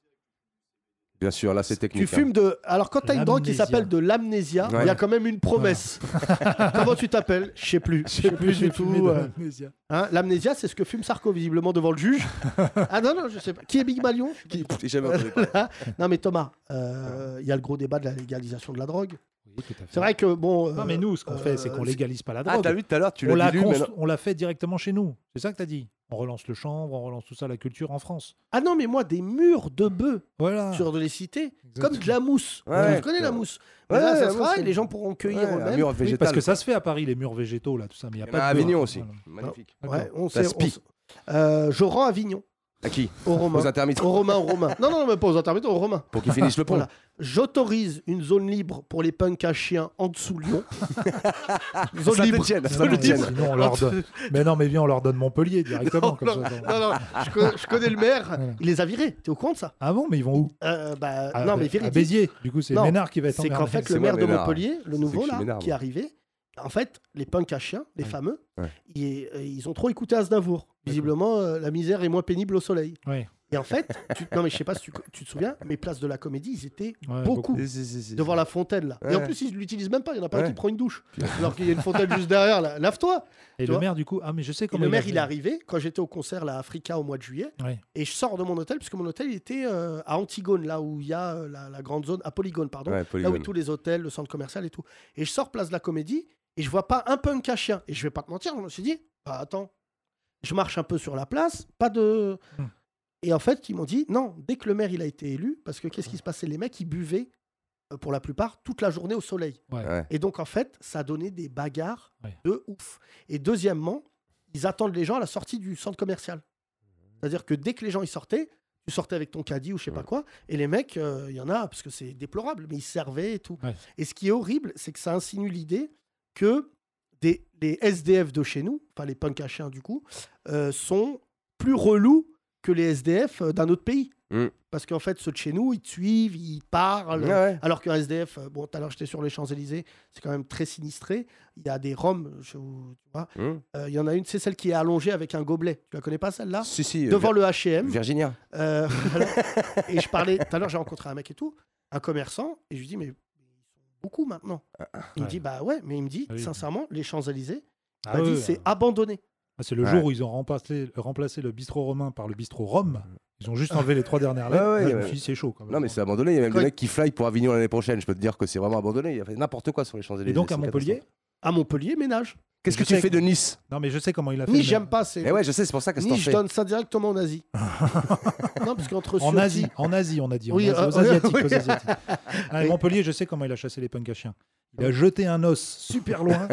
S6: Bien sûr, là, c'est
S3: Tu
S6: technique. hein.
S3: fumes de. Alors, quand t'as une drogue qui
S4: L'amnésia.
S3: s'appelle de l'amnésia, il y a
S6: Ouais.
S3: quand même une promesse. Comment tu t'appelles Je sais plus. Je sais plus
S4: j'ai
S3: du
S4: fumé
S3: tout.
S4: de
S3: euh,
S4: l'amnésia.
S3: hein, L'amnésia, c'est ce que fume Sarko, visiblement, devant le juge. ah non, non, je sais pas. Qui est Big Malion
S6: Qui- pff, j'ai jamais entendu parler.
S3: Non, mais Thomas, euh, il y a le gros débat de la légalisation de la drogue.
S4: Oui, tout à fait.
S3: C'est vrai que, bon.
S4: Non,
S3: euh,
S4: mais nous, ce qu'on fait, c'est qu'on
S3: euh,
S4: légalise pas la
S6: Ah,
S4: drogue.
S6: t'as vu tout à l'heure, tu
S4: on,
S6: l'as
S4: l'a
S6: dit. lui, mais
S4: const- on l'a fait directement chez nous. C'est ça que t'as dit. On relance le chanvre, on relance tout ça, la culture en France.
S3: Ah non, mais moi, des murs de bœufs
S4: Voilà.
S3: sur les cités,
S4: Exactement.
S3: comme de la mousse.
S6: Ah. Ouais,
S3: tu connais la
S6: ouais.
S3: mousse. Mais là,
S6: Ouais,
S3: ça
S6: la
S3: sera
S6: mousse,
S3: et les gens pourront
S6: non.
S3: cueillir
S6: Ouais, un
S3: eux-mêmes.
S6: mur
S4: Oui,
S6: végétal.
S4: parce que ça se fait à Paris, les murs végétaux, là, tout ça. Mais il y a
S6: Il y en
S4: pas
S6: a à
S4: de beurre.
S6: Avignon aussi.
S4: Voilà.
S6: Magnifique.
S3: Ouais, on
S6: Ça
S3: sait-
S6: spie.
S3: on s- Euh, je rends Avignon.
S6: À qui
S3: aux Romains.
S6: Aux intermittents.
S3: Aux Romains, aux Romains. Non, non, mais pas aux intermittents, aux Romains.
S6: Pour qu'ils finissent le pont.
S3: Voilà. J'autorise une zone libre pour les punks à chiens en dessous de Lyon. zone libre.
S6: Saint-Étienne,
S4: Non, non,
S6: Saint-Étienne.
S4: sinon, on leur donne... Mais non, mais viens, on leur donne Montpellier directement.
S3: Non,
S4: comme ça.
S3: Non, non, je, co- je connais le maire.
S4: Ouais.
S3: Il les a virés. T'es au courant de ça
S4: Ah bon, mais ils vont où
S3: Euh, bah,
S6: Ah,
S4: À-
S3: Non, mais
S4: À
S3: véridique.
S4: Béziers. Du coup, c'est
S3: Non,
S4: Ménard qui va être
S3: C'est
S4: emmerdé.
S3: qu'en fait,
S6: C'est
S3: le
S6: moi,
S3: maire de
S6: Ménard,
S3: Montpellier, le
S6: C'est que
S3: nouveau
S6: je suis
S3: là,
S6: Ménard,
S3: qui
S6: moi.
S3: est arrivé, en fait, les punks à chiens, les
S4: Ouais.
S3: fameux,
S6: Ouais.
S3: ils, euh, ils ont trop écouté Aznavour. Visiblement, euh, la misère est moins pénible au soleil.
S4: Ouais.
S3: Et en fait, tu- non mais je sais pas si tu, tu te souviens, mais Place de la Comédie, ils étaient
S4: Ouais,
S3: beaucoup,
S6: Si, si, si, si.
S3: devant la fontaine là. Et en
S6: Ouais.
S3: plus, ils l'utilisent même pas. Il y en a pas un
S6: Ouais.
S3: qui prend une douche, alors qu'il y a une fontaine juste derrière. là. Lave-toi.
S4: Et
S3: tu
S4: le
S3: vois.
S4: maire, du coup, ah, mais je sais
S3: Et
S4: comment.
S3: le
S4: il
S3: maire, il est
S4: a-
S3: arrivé quand j'étais au concert là, à Africa au mois de juillet.
S4: Ouais.
S3: Et je sors de mon hôtel, puisque mon hôtel il était euh, à Antigone, là où il y a euh, la, la grande zone, à Polygone, pardon.
S6: Ouais,
S3: là où
S6: polygone.
S3: tous les hôtels, le centre commercial et tout. Et je sors place de la comédie et je vois pas un punk à chien. Et je vais pas te mentir, je me suis dit, bah attends, je marche un peu sur la place, pas de.
S4: Hmm.
S3: Et en fait, ils m'ont dit, non, dès que le maire il a été élu, parce que qu'est-ce qui se passait Les mecs, ils buvaient, euh, pour la plupart, toute la journée au soleil.
S4: Ouais.
S6: Ouais.
S3: Et donc, en fait, ça a donné des bagarres
S4: Ouais.
S3: de ouf. Et deuxièmement, ils attendent les gens à la sortie du centre commercial. C'est-à-dire que dès que les gens y sortaient, tu sortais avec ton caddie ou je sais pas
S6: Ouais.
S3: quoi, et les mecs, euh, il y en a, parce que c'est déplorable, mais ils servaient et tout.
S4: Ouais.
S3: Et ce qui est horrible, c'est que ça insinue l'idée que des, les SDF de chez nous, enfin les punks à chiens du coup, euh, sont plus relous que les SDF euh, d'un autre pays.
S6: Mm.
S3: Parce qu'en fait, ceux de chez nous, ils te suivent, ils parlent,
S6: Ouais, Ah ouais.
S3: alors qu'un SDF, euh, bon, tout à l'heure j'étais sur les Champs-Élysées, c'est quand même très sinistré. Il y a des Roms, je- tu vois.
S6: Hmm.
S3: Euh, Il y en a une, c'est celle qui est allongée avec un gobelet. Tu la connais pas celle-là
S6: Si, si. euh,
S3: Ah, Devant
S6: Vir-
S3: le HM.
S6: Virginia.
S3: Euh, voilà. et je parlais, tout à l'heure j'ai rencontré un mec et tout, un commerçant, et je lui dis, mais ils sont beaucoup maintenant. Il me
S4: Ouais.
S3: dit, bah ouais, mais il me dit,
S4: Ah oui.
S3: sincèrement, les Champs-Élysées, bah, il
S4: Ah
S3: m'a
S4: ouais.
S3: dit, c'est abandonné.
S4: Ah, c'est le
S6: Ouais.
S4: jour où ils ont remplacé, remplacé le bistrot romain par le bistrot rome. Ils ont juste enlevé les trois dernières lettres.
S6: Ouais, ouais,
S4: Là,
S6: il y
S4: je me
S6: avait-
S4: suis dit, c'est chaud quand même.
S6: Non, mais c'est abandonné. Il y a même
S3: Quand
S6: des
S3: il-
S6: mecs qui fly pour Avignon l'année prochaine. Je peux te dire que c'est vraiment abandonné. Il y a fait n'importe quoi sur les Champs-Élysées.
S4: Et donc à
S6: c'est
S4: Montpellier
S6: catastrophe.
S3: À Montpellier, ménage.
S6: Qu'est-ce
S4: Je
S6: que tu
S4: sais
S6: fais
S4: que-
S6: de Nice
S4: Non, mais je sais comment il a fait.
S3: Ni
S4: le
S3: j'aime
S4: maire.
S3: pas, c'est.
S6: Eh ouais, je sais, c'est pour ça qu'est-ce que
S3: Ni
S6: t'en
S3: je
S6: fais.
S3: donne ça directement en Asie. non, parce qu'entre
S4: En
S3: Ciotti-
S4: Asie, en Asie, on a dit. en
S3: Oui,
S4: Asie,
S3: euh,
S4: aux Asiatiques.
S3: oui.
S4: aux Asiatiques. Ah, et
S3: Et-
S4: Montpellier, je sais comment il a chassé les punks à chiens. Il a jeté un os super loin.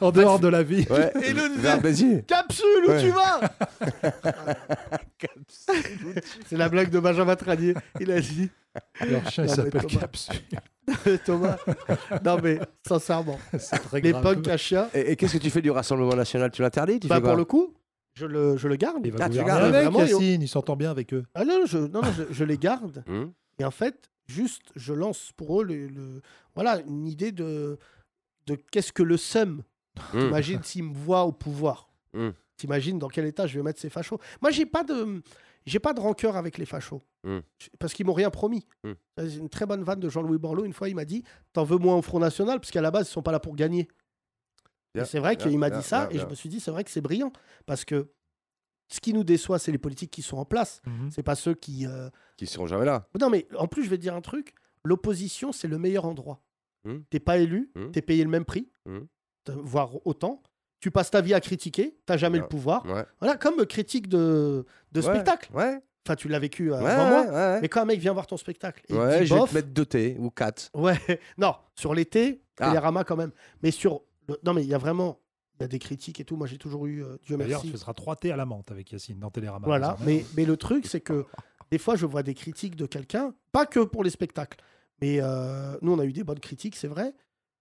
S4: en dehors de la ville.
S6: Ouais.
S3: Et le-
S6: Vers Béziers.
S3: Capsule, où
S6: Ouais.
S3: tu vas C'est la blague de Benjamin Tranier. Il a dit,
S4: Leur chien, il
S3: Non, mais
S4: s'appelle
S3: Thomas.
S4: Capsule.
S3: Thomas. Non, mais sincèrement,
S4: C'est très
S3: les
S4: grave.
S3: punks à chien,
S6: Et, et qu'est-ce que tu fais du Rassemblement National Tu l'interdis tu
S3: bah,
S6: fais quoi
S3: pour le coup, je le, je le garde.
S4: Il va
S6: Ah, tu
S4: gouverner
S6: regardes,
S4: avec
S3: vraiment, et-
S4: Yacine, il s'entend bien avec eux.
S3: Ah non, je, non, non, je- je les garde.
S6: Hmm
S3: Et en fait, juste, je lance pour eux le, le- voilà, une idée de, de qu'est-ce que le seum.
S6: Hmm.
S3: T'imagines s'ils me voient au pouvoir.
S6: Mm.
S3: T'imagines dans quel état je vais mettre ces fachos. Moi, j'ai pas de, j'ai pas de rancœur avec les fachos.
S6: Mm.
S3: Je- Parce qu'ils m'ont rien promis.
S6: Mm.
S3: Ça, C'est une très bonne vanne de Jean-Louis Borloo. Une fois, il m'a dit T'en veux moins au Front National Parce qu'à la base, ils sont pas là pour gagner. Et
S6: Yeah,
S3: c'est vrai qu'il
S6: yeah,
S3: m'a
S6: yeah,
S3: dit ça.
S6: yeah,
S3: et
S6: yeah.
S3: je me suis dit C'est vrai que c'est brillant. Parce que ce qui nous déçoit, c'est les politiques qui sont en place. C'est pas ceux qui. euh,
S6: Qui seront jamais là.
S3: non, mais en plus, je vais te dire un truc. L'opposition, c'est le meilleur endroit.
S6: Hmm.
S3: T'es pas élu,
S6: Hmm.
S3: t'es payé le même prix,
S6: Hmm.
S3: t- voire autant. Tu passes ta vie à critiquer, t'as jamais le
S6: Ouais.
S3: pouvoir.
S6: Ouais.
S3: Voilà, comme critique de, de
S6: Ouais.
S3: spectacle.
S6: Ouais.
S3: Enfin, tu l'as vécu euh,
S6: Ouais,
S3: avant moi.
S6: ouais, ouais.
S3: Mais quand un mec vient voir ton spectacle et il
S6: Ouais,
S3: dit
S6: je vais
S3: bof,
S6: te mettre deux T ou quatre.
S3: ouais, non, sur l'été,
S6: Ah.
S3: Télérama quand même. Mais sur, le- non, mais il y a vraiment, il y a des critiques et tout. Moi, j'ai toujours eu, euh, Dieu
S4: D'ailleurs,
S3: merci.
S4: tu seras 3 thés à la menthe avec Yacine dans Télérama.
S3: Voilà, mais, mais le truc, c'est que des fois, je vois des critiques de quelqu'un, pas que pour les spectacles, mais euh, nous, on a eu des bonnes critiques, c'est vrai,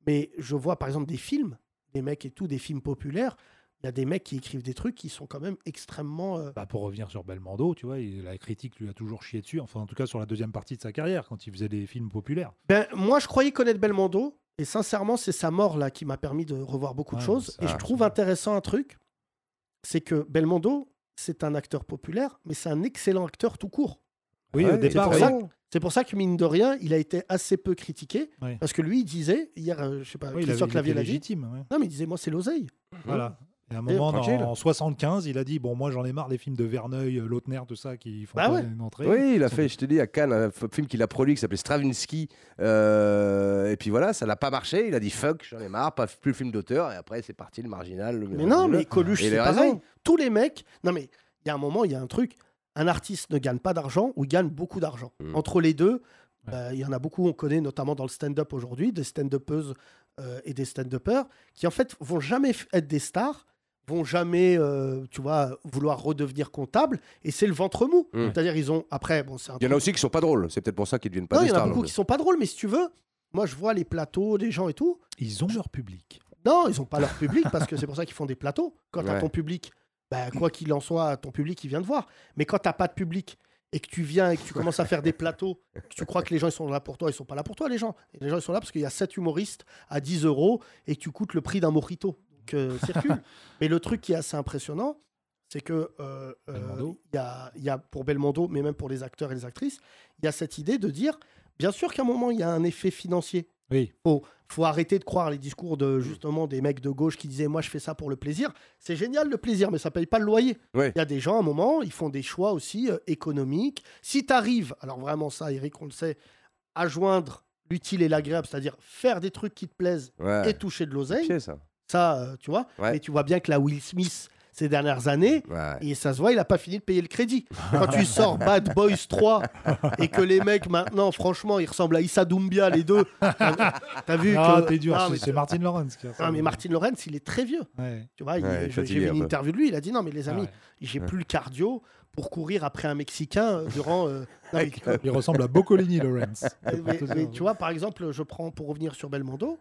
S3: mais je vois par exemple des films, des mecs et tout, des films populaires, il y a des mecs qui écrivent des trucs qui sont quand même extrêmement... euh,
S4: Bah, pour revenir sur Belmondo, tu vois, il- la critique lui a toujours chié dessus. Enfin, en tout cas, sur la deuxième partie de sa carrière, quand il faisait des films populaires.
S3: Ben, moi, je croyais connaître Belmondo, et sincèrement, c'est sa mort là qui m'a permis de revoir beaucoup
S4: Ouais,
S3: de choses,
S4: ça,
S3: et je trouve intéressant un truc, c'est que Belmondo, c'est un acteur populaire, mais c'est un excellent acteur tout court.
S4: Oui,
S6: Ouais,
S4: au
S6: et
S4: départ,
S3: c'est pour
S4: oui.
S3: ça C'est pour ça que, mine de rien, il a été assez peu critiqué.
S4: Ouais.
S3: Parce que lui, il disait, hier, euh, je sais pas,
S4: Oui, il
S3: Christian
S4: avait
S3: Clavier
S4: été
S3: l'a dit.
S4: légitime. ouais.
S3: Non, mais il disait, moi, c'est l'oseille.
S4: Voilà. Et à un moment, dans-
S6: tranquille.
S4: en 75, il a dit Bon, moi, j'en ai marre des films de Verneuil, euh, Lautner, tout ça, qui font
S3: Bah
S4: pas
S3: ouais.
S4: une entrée.
S6: Oui, il a
S4: Sans
S6: fait,
S4: doute.
S6: je te dis, à Cannes, un f- film qu'il a produit qui s'appelait Stravinsky. Euh, et puis voilà, ça n'a pas marché. Il a dit fuck, j'en ai marre, pas plus le film d'auteur. Et après, c'est parti, le marginal. Le
S3: Mais non,
S6: marginal.
S3: mais Coluche,
S6: Et il
S3: c'est
S6: a raison.
S3: pareil. Tous les mecs. Non, mais il y a un moment, il y a un truc. Un artiste ne gagne pas d'argent ou gagne beaucoup d'argent.
S6: Mm.
S3: Entre les deux,
S4: Ouais.
S3: bah, il y en a beaucoup, on connaît notamment dans le stand-up aujourd'hui, des stand-uppeuses euh, et des stand-uppers qui, en fait, vont jamais f- être des stars, vont jamais, euh, tu vois, vouloir redevenir comptable. Et c'est le ventre mou.
S6: Mm.
S3: C'est-à-dire, ils ont. Après, bon, c'est un
S6: Il y en a aussi qui sont pas drôles. C'est peut-être pour ça qu'ils deviennent pas
S3: Non,
S6: des
S3: il y en a
S6: stars.
S3: beaucoup
S6: non,
S3: qui sont pas drôles, mais si tu veux, moi, je vois les plateaux, les gens et tout.
S4: Ils ont leur public.
S3: Non, ils ont pas leur public parce que c'est pour ça qu'ils font des plateaux. Quand t'as
S6: Ouais.
S3: ton public, bah, quoi qu'il en soit, ton public, il vient te voir. Mais quand t'as pas de public et que tu viens et que tu commences à faire des plateaux, que tu crois que les gens ils sont là pour toi, ils sont pas là pour toi, les gens. Les gens ils sont là parce qu'il y a 7 humoristes à 10 euros et que tu coûtes le prix d'un mojito. Donc, euh, circule. Mais le truc qui est assez impressionnant, c'est que euh, euh,
S4: Belmondo.
S3: il y a, il y a pour Belmondo, mais même pour les acteurs et les actrices, il y a cette idée de dire, bien sûr qu'à un moment, il y a un effet financier.
S4: Oui.
S3: Faut, faut arrêter de croire les discours de justement des mecs de gauche qui disaient moi je fais ça pour le plaisir. C'est génial le plaisir, mais ça paye pas le loyer. Il
S6: Ouais.
S3: y a des gens à un moment, ils font des choix aussi euh, économiques. Si tu arrives, alors vraiment ça, Eric, on le sait, à joindre l'utile et l'agréable, c'est-à-dire faire des trucs qui te plaisent
S6: Ouais.
S3: et toucher de
S6: C'est
S3: l'oseille,
S6: pied, ça.
S3: ça, euh, tu vois.
S6: Ouais.
S3: Mais tu vois bien que la Will Smith, ces dernières années,
S6: Ouais.
S3: et ça se voit, il a pas fini de payer le crédit. Quand tu sors Bad Boys 3 et que les mecs, maintenant, franchement, ils ressemblent à Issa Doumbia, les deux. T'as t'as vu
S4: Ah,
S3: que.
S4: t'es dur,
S3: Ah,
S4: c'est-
S3: mais-
S4: c'est Martin Lawrence qui a ça.
S3: Ah, mais Martin Lawrence, il est très vieux.
S4: Ouais.
S3: Tu vois, il-
S6: Ouais,
S3: je- j'ai
S6: fatigué
S3: vu
S6: un
S3: une
S6: peu.
S3: interview de lui, il a dit non, mais les amis,
S4: Ah ouais.
S3: j'ai
S6: Ouais.
S3: plus le cardio pour courir après un Mexicain euh, durant. euh, non, mais-
S4: Il ressemble à Boccolini Lawrence.
S3: euh, mais, mais tu vois, par exemple, je prends pour revenir sur Belmondo,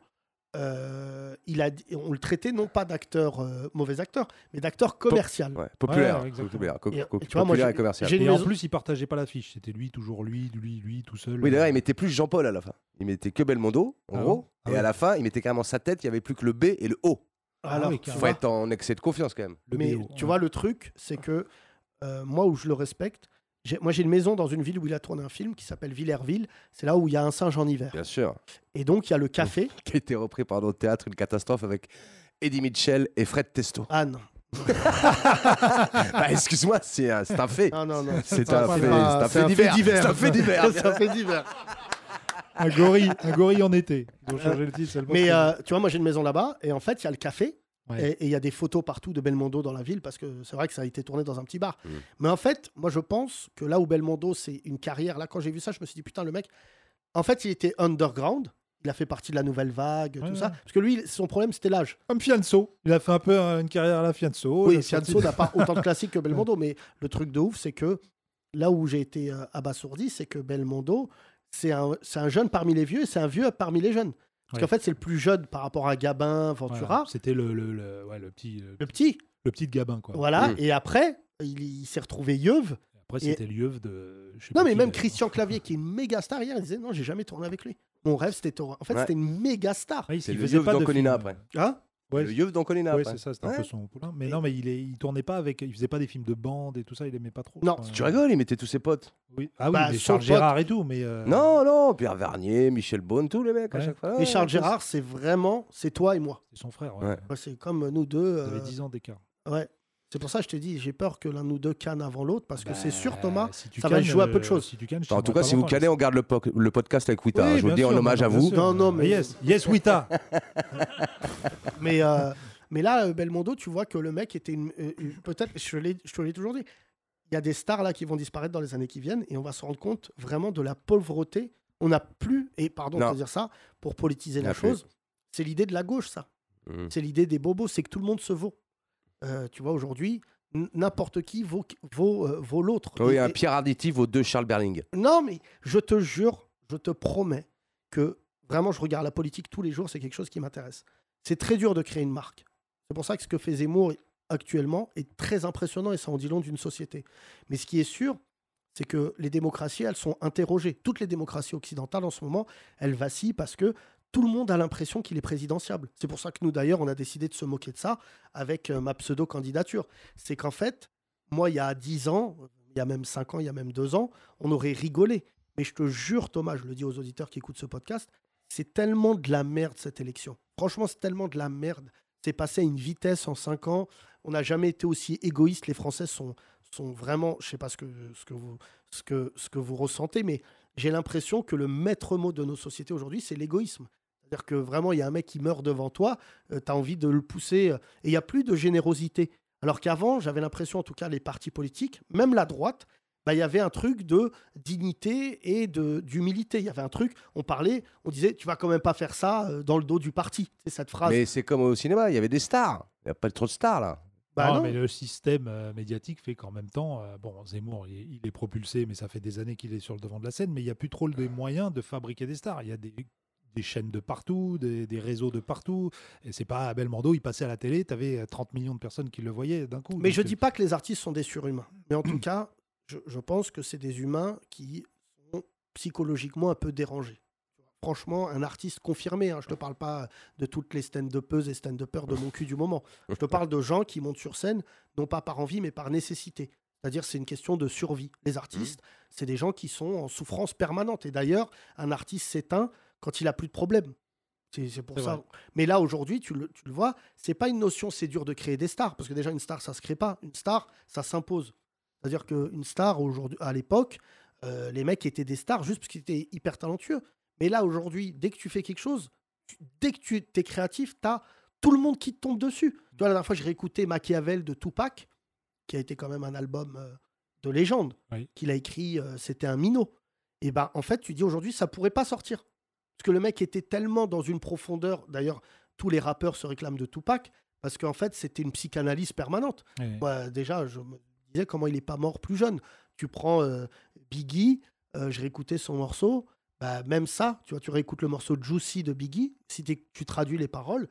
S3: euh, il a, dit- on le traitait non pas d'acteur euh, mauvais acteur, mais d'acteur commercial.
S6: Ouais, Populaire.
S4: Ouais, exactement.
S6: populaire, co-
S3: Et-
S6: co-
S3: et tu vois, moi,
S6: populaire
S3: j'ai-
S6: et commercial.
S3: j'ai-
S4: Et en
S3: maison-
S4: plus, il partageait pas l'affiche. C'était lui, toujours lui, lui, lui, tout seul.
S6: Oui, d'ailleurs, il mettait plus Jean-Paul à la fin. Il mettait que Belmondo, en
S4: Ah bon
S6: gros.
S4: Ah
S6: et
S4: ouais.
S6: à la fin, il mettait carrément sa tête. Il n'y avait plus que le B et le O.
S3: Alors,
S4: oui,
S3: tu
S6: Il faut
S3: vois,
S6: être en excès de confiance quand même.
S4: euh, Le
S3: mais
S4: BO,
S3: tu
S4: ouais.
S3: vois, le truc, c'est que euh, moi, où je le respecte, j'ai- moi, j'ai une maison dans une ville où il a tourné un film qui s'appelle Villerville. C'est là où il y a un singe en hiver.
S6: Bien sûr.
S3: Et donc, il y a le café.
S6: Qui a été repris par notre théâtre, une catastrophe avec Eddie Mitchell et Fred Testo.
S3: Ah non,
S6: Bah, excuse-moi, c'est un c'est un fait.
S3: non, non, non.
S6: C'est
S3: Ah,
S6: un
S3: c'est
S6: fait-
S3: pas-
S6: c'est
S3: c'est
S6: un fait
S3: un fait
S6: divers.
S3: divers.
S6: C'est un fait divers.
S3: C'est un fait divers.
S4: un gorille, un gorille en été. Ils ont changé le titre seulement.
S3: Mais euh, tu vois, moi j'ai une maison là-bas et en fait il y a le café et-
S4: Ouais.
S3: et il y a des photos partout de Belmondo dans la ville parce que c'est vrai que ça a été tourné dans un petit bar.
S6: Mm.
S3: Mais en fait, moi je pense que là où Belmondo c'est une carrière, là quand j'ai vu ça, je me suis dit putain, le mec, en fait il était underground, il a fait partie de la nouvelle vague,
S4: Ouais,
S3: tout
S4: ouais.
S3: ça. Parce que lui, son problème c'était l'âge.
S4: comme Fianso. Il a fait un peu euh, une carrière à la Fianso. euh, Il
S3: oui,
S4: a sorti
S3: Fianso n'a pas autant de classiques que Belmondo, mais le truc de ouf c'est que là où j'ai été euh, abasourdi, c'est que Belmondo c'est un, c'est un jeune parmi les vieux et c'est un vieux parmi les jeunes. Parce
S4: Ouais.
S3: qu'en fait, c'est le plus jeune par rapport à Gabin,
S4: Voilà,
S3: Ventura,
S4: C'était le, le, le, ouais, le petit, le,
S3: le petit.
S4: le petit de Gabin, quoi.
S3: Voilà,
S6: Mm.
S3: et après, il, il s'est retrouvé Yeuve.
S4: Après, c'était l'UEV de. je sais
S3: Non,
S4: pas
S3: mais même
S4: qui, d'ailleurs.
S3: Christian Clavier, qui est une méga star hier, il disait Non, j'ai jamais tourné avec lui. Mon rêve, c'était. tourner. En fait,
S6: Ouais.
S3: c'était une méga star.
S4: Ouais, Ah, il-
S6: C'est
S4: il
S6: le
S4: faisait
S6: Yeuve
S4: pas de
S6: d'Anconina,
S4: films,
S6: après.
S4: euh,
S3: Hein
S4: Ouais,
S6: Le Yeuve d'Ancolina.
S4: ouais,
S6: après.
S4: c'est ça, c'était un
S6: Ouais.
S4: peu son poulain. Mais non, mais il, est, il tournait pas avec. Il faisait pas des films de bande et tout ça, il aimait pas trop.
S3: Non.
S4: je crois.
S6: Tu rigoles, il mettait tous ses potes.
S4: Oui. Ah oui,
S3: Bah,
S4: mais
S3: son
S4: Charles
S3: pote-
S4: Gérard et tout, mais. euh,
S6: Non, non, Pierre Vernier, Michel Beaune, tous les mecs à
S4: Ouais.
S6: chaque fois.
S3: Et Charles
S6: Ouais,
S3: Gérard, c'est vraiment. C'est toi et moi.
S4: C'est son frère.
S6: Ouais.
S4: Ouais.
S3: Ouais, C'est comme nous deux.
S4: Il
S3: euh,
S4: avait 10 ans d'écart.
S3: ouais. C'est pour ça que je te dis J'ai peur que l'un ou deux canne avant l'autre, parce que c'est sûr,
S4: Bah,
S3: Thomas.
S4: si tu
S3: ça va
S4: cannes,
S3: jouer à peu de
S4: euh,
S3: choses.
S4: si tu cannes, je
S6: En
S4: te
S6: tout
S4: vois
S6: cas,
S4: pas
S6: si vous
S4: longtemps, je
S6: calez, on garde le, po- le podcast avec
S4: Oui,
S6: Wita. je vous le
S4: bien
S6: dis en
S4: sûr,
S6: hommage à
S4: bien
S6: vous.
S4: sûr.
S3: Non, non, mais-
S4: Ah, Yes, yes Wita.
S3: Mais, euh, mais là, euh, Belmondo, tu vois que le mec était une. euh, une- Peut-être, je l'ai- je te l'ai toujours dit, il y a des stars là qui vont disparaître dans les années qui viennent et on va se rendre compte vraiment de la pauvreté. On n'a plus, et pardon
S6: Non.
S3: de dire ça, pour politiser
S6: On
S3: la
S6: a plus.
S3: chose, c'est l'idée de la gauche, ça.
S6: Mm.
S3: C'est l'idée des bobos, c'est que tout le monde se vaut. Euh, tu vois, aujourd'hui, n- n'importe qui vaut, vaut, euh, vaut l'autre.
S6: Oui,
S3: Et-
S6: un
S3: et-
S6: Pierre Arditi vaut deux Charles Berling.
S3: non, mais je te jure, je te promets que vraiment, je regarde la politique tous les jours, c'est quelque chose qui m'intéresse. C'est très dur de créer une marque. C'est pour ça que ce que fait Zemmour actuellement est très impressionnant et ça en dit long d'une société. Mais ce qui est sûr, c'est que les démocraties, elles sont interrogées. Toutes les démocraties occidentales en ce moment, elles vacillent parce que tout le monde a l'impression qu'il est présidentiable. C'est pour ça que nous, d'ailleurs, on a décidé de se moquer de ça avec euh, ma pseudo-candidature. C'est qu'en fait, moi, il y a 10 ans, il y a même 5 ans, il y a même 2 ans, on aurait rigolé. Mais je te jure, Thomas, je le dis aux auditeurs qui écoutent ce podcast, c'est tellement de la merde cette élection. Franchement, c'est tellement de la merde. C'est passé à une vitesse en 5 ans. On n'a jamais été aussi égoïste. Les Français sont, sont vraiment, je sais pas ce que, ce, que vous, ce, que, ce que vous ressentez, mais j'ai l'impression que le maître mot de nos sociétés aujourd'hui, c'est l'égoïsme. C'est-à-dire que vraiment, il y a un mec qui meurt devant toi, tu as envie de le pousser, euh, et il n'y a plus de générosité. Alors qu'avant, j'avais l'impression, en tout cas, les partis politiques, même la droite, bah, il y avait un truc de dignité et de d'humilité. Il y avait un truc, on parlait, on disait, tu vas quand même pas faire ça euh, dans le dos du parti. C'est cette phrase.
S6: Mais c'est comme au cinéma, il y avait des stars. Il n'y a pas trop de stars là.
S3: Bah
S4: non,
S3: non.
S4: mais le système euh, médiatique fait qu'en même temps, euh, bon, Zemmour, il, il est propulsé, mais ça fait des années qu'il est sur le devant de la scène, mais il n'y a plus trop les moyens de fabriquer des stars. Il y a des, des chaînes de partout, des, des réseaux de partout. Et c'est pas Abel Mando, il passait à la télé, tu avais 30 millions de personnes qui le voyaient d'un coup.
S3: Mais
S4: Donc,
S3: je
S4: euh,
S3: dis pas que les artistes sont des surhumains. Mais en tout cas, je, je pense que c'est des humains qui sont psychologiquement un peu dérangés. Franchement, un artiste confirmé, hein, je te parle pas de toutes les stand-upeuses et stand-uppers de mon cul du moment. Je te parle de gens qui montent sur scène, non pas par envie, mais par nécessité. C'est-à-dire, c'est une question de survie. Les artistes,
S4: Mmh.
S3: c'est des gens qui sont en souffrance permanente. Et d'ailleurs, un artiste s'éteint quand il a plus de problème. C'est c'est pour
S4: C'est
S3: ça.
S4: vrai.
S3: Mais là, aujourd'hui, tu le, tu le vois, c'est pas une notion, c'est dur de créer des stars. Parce que déjà, une star, ça se crée pas. Une star, ça s'impose. C'est-à-dire qu'une star, aujourd'hui, à l'époque, euh, les mecs étaient des stars juste parce qu'ils étaient hyper talentueux. Mais là, aujourd'hui, dès que tu fais quelque chose, tu- dès que tu es créatif, tu as tout le monde qui te tombe dessus. Tu vois, la dernière fois, j'ai réécouté Machiavel de Tupac, qui a été quand même un album euh, de légende,
S4: Oui.
S3: qu'il a écrit, euh, c'était un minot. Et ben, en fait, tu dis aujourd'hui, ça pourrait pas sortir. Parce que le mec était tellement dans une profondeur. D'ailleurs, tous les rappeurs se réclament de Tupac, parce qu'en fait, c'était une psychanalyse permanente.
S4: ouais.
S3: Moi, déjà, je me disais comment il n'est pas mort plus jeune. Tu prends euh, Biggie, euh, je réécoutais son morceau, bah, même ça, tu vois, tu réécoutes le morceau Juicy de Biggie, si t'es- tu traduis les paroles,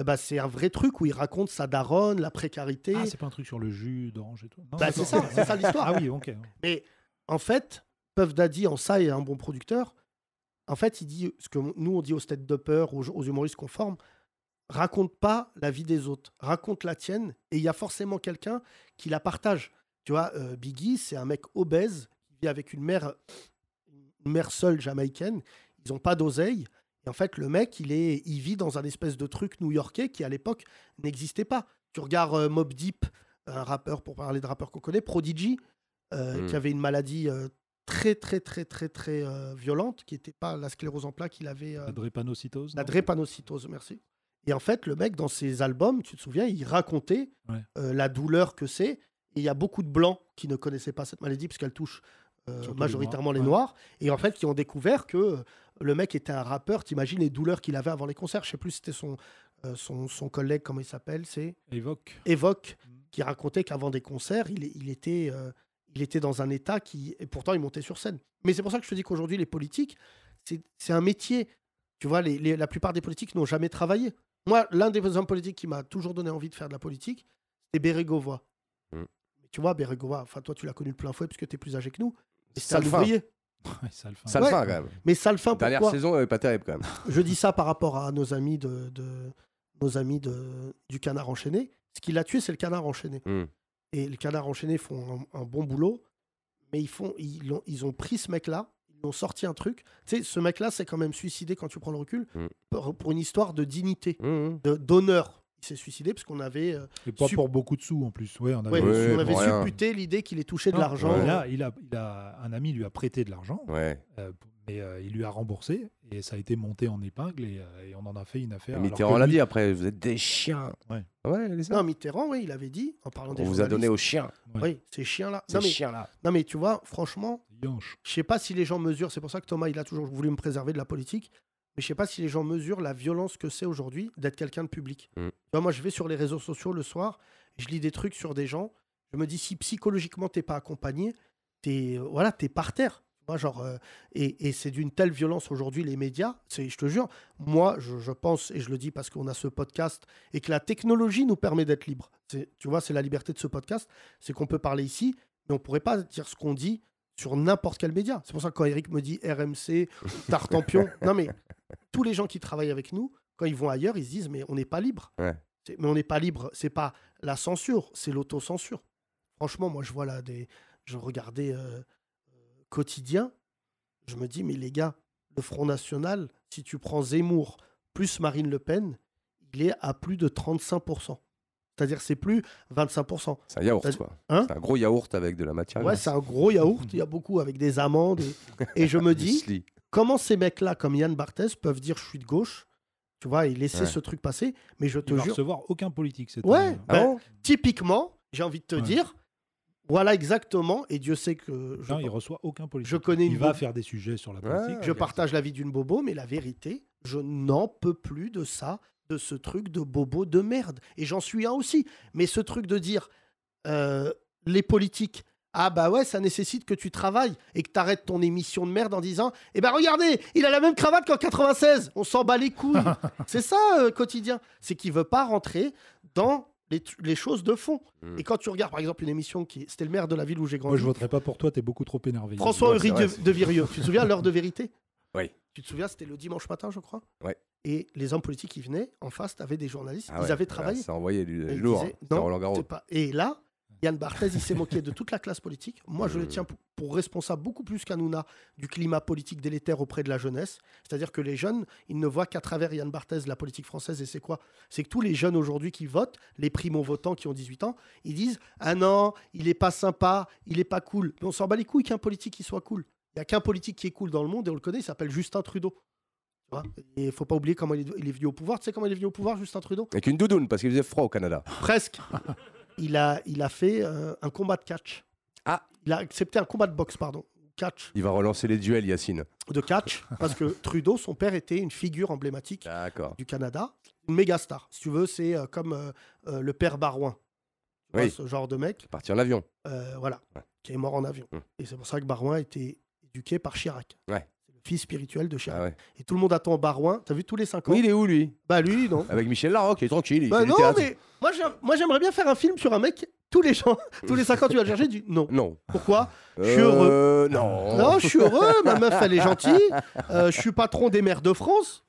S3: eh bah, c'est un vrai truc où il raconte sa daronne, la précarité.
S4: Ah, c'est pas un truc sur le jus d'orange et tout. Non,
S3: Bah, c'est
S4: d'accord.
S3: ça, c'est ça l'histoire.
S4: Ah oui, ok.
S3: Mais en fait, Puff Daddy, en ça, est un bon producteur. En fait, il dit ce que nous, on dit aux stand-uppers, aux, aux humoristes qu'on forme raconte pas la vie des autres, raconte la tienne, et il y a forcément quelqu'un qui la partage. Tu vois, euh, Biggie, c'est un mec obèse qui vit avec une mère, une mère seule jamaïcaine. Ils n'ont pas d'oseille. Et en fait, le mec, il, est, il vit dans un espèce de truc new-yorkais qui, à l'époque, n'existait pas. Tu regardes euh, Mob Deep, un rappeur, pour parler de rappeur qu'on connaît, Prodigy, euh,
S6: Mm.
S3: qui avait une maladie euh, très, très, très, très, très euh, violente, qui n'était pas la sclérose en plaques qu'il avait. euh,
S4: La drépanocytose.
S3: la
S4: non
S3: drépanocytose, merci. Et en fait, le mec, dans ses albums, tu te souviens, il racontait
S4: Ouais.
S3: euh, la douleur que c'est. Et il y a beaucoup de blancs qui ne connaissaient pas cette maladie, puisqu'elle touche euh,
S4: Surtout les
S3: majoritairement les noirs,
S4: Noirs,
S3: et en fait, qui ont découvert que euh, le mec était un rappeur. T'imagines les douleurs qu'il avait avant les concerts. Je sais plus, si c'était son, euh, son, son collègue, comment il s'appelle, c'est
S4: Évoque.
S3: Évoque,
S4: Mm.
S3: qui racontait qu'avant des concerts, il, il était, euh, il était dans un état qui. Et pourtant, il montait sur scène. Mais c'est pour ça que je te dis qu'aujourd'hui, les politiques, c'est c'est un métier. Tu vois, les, les- la plupart des politiques n'ont jamais travaillé. Moi, l'un des hommes politiques qui m'a toujours donné envie de faire de la politique, c'est Bérégovoy.
S6: Mm.
S3: Tu vois, Bérégovoy, enfin, toi, tu l'as connu de plein fouet parce que tu es plus âgé que nous. Mais
S6: C'est
S3: C'est un
S6: Salfin.
S3: ouvrier.
S4: Ouais, ça le fait.
S6: Ça
S3: Ouais.
S6: le fait quand même.
S3: Mais Salfin,
S6: Dernière
S3: pourquoi
S6: saison, elle est pas terrible quand même.
S3: je dis ça par rapport à nos amis de, de- nos amis de, du canard enchaîné. Ce qui l'a tué, c'est le canard enchaîné.
S6: Mm.
S3: Et le canard enchaîné font un, un bon boulot, mais ils font, ils ont, ils ont pris ce mec-là, ils ont sorti un truc. Tu sais, ce mec-là, c'est quand même suicidé quand tu prends le recul
S6: Mm.
S3: pour, pour une histoire de dignité,
S6: Mhm.
S3: de d'honneur. Il s'est suicidé parce qu'on avait, euh,
S4: Et pas
S3: Sup-
S4: pour beaucoup de sous en plus. Ouais, on
S3: ouais,
S4: avait-
S6: Ouais,
S3: on avait
S6: pour rien.
S3: supputé l'idée qu'il ait touché de
S4: Ah Non,
S3: l'argent.
S4: Il a, il a- il a- un ami lui a prêté de l'argent,
S6: Mm. Ouais.
S4: euh, p- mais euh, il lui a remboursé et ça a été monté en épingle et, euh, et on en a fait une affaire. alors
S6: Mitterrand
S4: que
S6: l'a
S4: lui-
S6: dit après, vous êtes des chiens.
S4: Ouais.
S6: Ouais, allez, ça.
S3: Non, Mitterrand, oui, il avait dit, en parlant des
S6: On vous a donné
S3: journalistes,
S6: aux chiens.
S3: Oui, ces chiens-là.
S6: Ces
S3: Non mais,
S6: chiens-là.
S3: non, mais tu vois, franchement,
S4: Yanche.
S3: Je sais pas si les gens mesurent, c'est pour ça que Thomas, il a toujours voulu me préserver de la politique, mais je sais pas si les gens mesurent la violence que c'est aujourd'hui d'être quelqu'un de public.
S6: Mm.
S3: Tu vois, moi, je vais sur les réseaux sociaux le soir, je lis des trucs sur des gens, je me dis si psychologiquement t'es pas accompagné, t'es euh, voilà, t'es par terre. Moi, genre, euh, et, et c'est d'une telle violence aujourd'hui les médias, c'est, je te jure, moi, je, je pense, et je le dis parce qu'on a ce podcast, et que la technologie nous permet d'être libres. C'est- tu vois, c'est la liberté de ce podcast, c'est qu'on peut parler ici, mais on pourrait pas dire ce qu'on dit sur n'importe quel média. C'est pour ça que quand Eric me dit RMC, Tartampion, non mais tous les gens qui travaillent avec nous, quand ils vont ailleurs, ils se disent mais on n'est pas libre.
S6: Ouais.
S3: C'est- Mais on n'est pas libre, c'est pas la censure, c'est l'autocensure. Franchement, moi je vois là des, je regardais euh, quotidien, je me dis mais les gars, le Front National, si tu prends Zemmour plus Marine Le Pen, il est à plus de 35%. C'est-à-dire c'est plus 25%.
S6: C'est un yaourt,
S3: T'as-
S6: quoi.
S3: Hein
S6: c'est un gros yaourt avec de la matière.
S3: Ouais, c'est un gros yaourt, il y a beaucoup avec des amandes. Et, et je me dis, comment ces mecs-là, comme Yann Barthès, peuvent dire je suis de gauche, tu vois, et laisser
S6: Ouais.
S3: ce truc passer. Mais je
S4: Il
S3: te
S4: va
S3: jure,
S4: recevoir aucun politique. cette
S3: Ouais.
S4: année. hein.
S6: Ah
S3: Ben,
S6: bon
S3: typiquement, j'ai envie de te
S4: Ouais.
S3: dire, voilà exactement, et Dieu sait que je,
S4: Non, il reçoit aucun politique.
S3: je connais
S4: il
S3: une
S4: va
S3: bo-
S4: faire des sujets sur la
S6: Ouais,
S4: politique.
S3: je partage la vie d'une bobo, mais la vérité, je n'en peux plus de ça. de ce truc de bobo de merde. Et j'en suis un aussi. Mais ce truc de dire euh, les politiques, ah bah ouais, ça nécessite que tu travailles et que t'arrêtes ton émission de merde en disant Eh ben regardez, il a la même cravate qu'en 96, on s'en bat les couilles. c'est ça, euh, quotidien. C'est qu'il veut pas rentrer dans les, tr- les choses de fond.
S6: Mm.
S3: Et quand tu regardes, par exemple, une émission qui. C'était le maire de la ville où j'ai
S4: Hmm. Moi,
S3: grandi.
S4: je voterai pas pour toi, t'es beaucoup trop énervé.
S3: François
S6: Ouais, c'est
S3: Henri
S6: vrai,
S3: de,
S6: c'est-
S3: de Virieux. tu te souviens, l'heure de vérité
S6: Oui.
S3: Tu te souviens, c'était le dimanche matin, je crois
S6: Ouais.
S3: Et les hommes politiques, ils venaient, en face, t'avais des journalistes,
S6: Ah
S3: ils
S6: ouais,
S3: avaient
S6: voilà,
S3: travaillé.
S6: Ça envoyait du
S3: Et ils
S6: lourd.
S3: disaient,
S6: hein.
S3: non,
S6: C'est Roland Garros.
S3: C'est pas- Et là, Yann Barthès, il s'est moqué de toute la classe politique. Moi, je le tiens pour- pour responsable beaucoup plus qu'Anouna du climat politique délétère auprès de la jeunesse. C'est-à-dire que les jeunes, ils ne voient qu'à travers Yann Barthès la politique française. Et c'est quoi C'est que tous les jeunes aujourd'hui qui votent, les primo-votants qui ont 18 ans, ils disent Ah non, il est pas sympa, il est pas cool. Mais on s'en bat les couilles qu'un politique qui soit cool. Il n'y a qu'un politique qui est cool dans le monde et on le connaît, il s'appelle Justin Trudeau. Tu vois Et il faut pas oublier comment il est, il est venu au pouvoir. Tu sais comment il est venu au pouvoir, Justin Trudeau
S6: Avec une doudoune, parce qu'il faisait froid au Canada.
S3: Presque. Il a, il a fait euh, un combat de catch.
S6: Ah.
S3: Il a accepté un combat de boxe, pardon. Catch.
S6: Il va relancer les duels, Yacine.
S3: De catch. parce que Trudeau, son père, était une figure emblématique
S6: D'accord.
S3: du Canada. Une méga star. Si tu veux, c'est euh, comme euh, euh, le père Barouin. Tu vois,
S6: Oui.
S3: Ce genre de mec,
S6: Parti en avion.
S3: euh, voilà,
S6: Ouais.
S3: qui est mort en avion.
S6: Mm.
S3: Et c'est pour ça que Barouin était éduqué par Chirac.
S6: Ouais.
S3: C'est le fils spirituel de Chirac.
S6: Ah ouais.
S3: Et tout le monde attend Barouin. T'as vu tous les cinq ans
S6: Oui, il est où, lui
S3: Bah lui, non.
S6: Avec Michel Larocque, il est tranquille. Il
S3: Bah
S6: fait du
S3: non,
S6: théâtre.
S3: mais moi, j'aime- moi j'aimerais bien faire un film sur un mec. Tous les gens, tous les cinq ans, tu vas le chercher, du non.
S6: Non.
S3: Pourquoi Je suis
S6: Euh,
S3: heureux.
S6: Non.
S3: Non, je suis heureux, ma meuf elle est gentille, Euh, je suis patron des maires de France,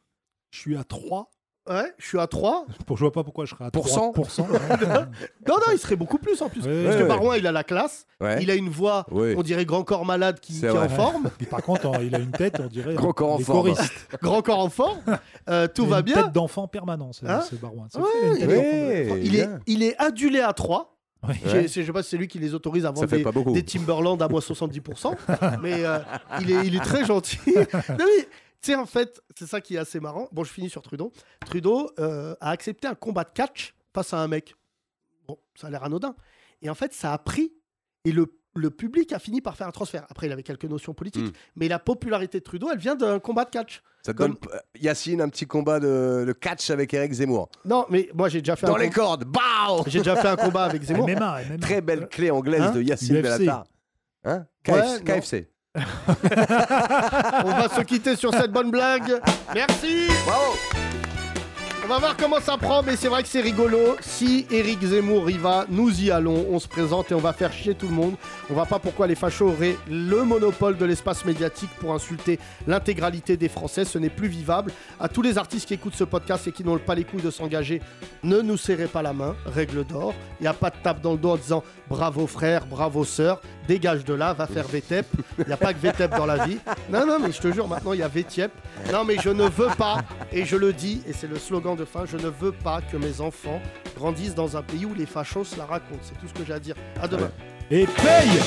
S4: Je suis à 3.
S3: ouais, je suis à 3.
S4: Pour, je vois pas pourquoi je serais à 3%.
S6: Pourcent.
S4: hein.
S3: Non, non, il serait beaucoup plus en plus.
S4: Ouais,
S3: Parce que
S6: ouais.
S3: Barouin il a la classe,
S6: Ouais.
S3: il a une voix,
S6: Oui.
S3: on dirait grand corps malade qui,
S6: C'est
S3: qui est en
S6: vrai.
S3: forme,
S4: Et par contre, en- il a une tête, on dirait.
S6: Gros corps en
S4: des
S6: forme.
S4: choristes.
S3: grand corps en forme, Euh, tout
S4: Il a
S3: va
S4: une
S3: bien.
S4: Tête d'enfant permanent, c'est
S3: Hein
S4: c'est Barouin. C'est
S3: Ouais,
S4: fou, il a une tête
S3: ouais.
S4: d'enfant de-
S6: Ouais,
S3: Il est,
S6: bien.
S3: il est adulé à 3.
S4: Ouais.
S3: J'ai- c'est- Je sais pas si c'est lui qui les autorise à vendre
S6: Ça fait
S3: des,
S6: pas beaucoup.
S3: des Timberland à moins 70%, mais euh, il, est, il est très gentil. non, mais, tu sais, en fait, c'est ça qui est assez marrant. Bon, je finis sur Trudeau. Trudeau euh, a accepté un combat de catch face à un mec. Bon, ça a l'air anodin. Et en fait, ça a pris. Et le, le public a fini par faire un transfert. Après, il avait quelques notions politiques.
S6: Mm.
S3: Mais la popularité de Trudeau, elle vient d'un combat de catch.
S6: Ça te
S3: Comme-
S6: donne, euh, Yacine, un petit combat de, de catch avec Eric Zemmour.
S3: Non, mais moi, j'ai déjà fait,
S6: Dans
S3: un,
S6: les
S3: com-
S6: cordes, bao
S3: j'ai déjà fait un combat avec Zemmour.
S4: MMA, MMA.
S6: Très belle clé anglaise
S3: Hein
S6: de Yacine
S4: UFC.
S6: Bellatar. Hein
S3: Ouais, non.
S6: KFC. KFC.
S3: On va se quitter sur cette bonne blague. Merci.
S6: Bravo
S3: On va voir comment ça prend, mais c'est vrai que c'est rigolo. Si Eric Zemmour y va, nous y allons. On se présente et on va faire chier tout le monde. On voit pas pourquoi les fachos auraient le monopole de l'espace médiatique pour insulter l'intégralité des Français. Ce n'est plus vivable. À tous les artistes qui écoutent ce podcast et qui n'ont pas les couilles de s'engager, ne nous serrez pas la main. Règle d'or. Il n'y a pas de tape dans le dos en disant bravo frère, bravo sœur, dégage de là, va faire VTEP. Il n'y a pas que VTEP dans la vie. Non, non, mais je te jure, maintenant il y a VTEP. Non, mais je ne veux pas, et je le dis, et c'est le slogan de fin, je ne veux pas que mes enfants grandissent dans un pays où les fachos se la racontent. C'est tout ce que j'ai à dire. À demain.
S4: Et paye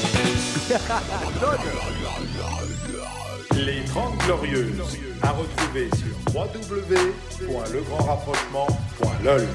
S5: Les 30 Glorieuses. À retrouver sur www.legrandrapprochement.lol.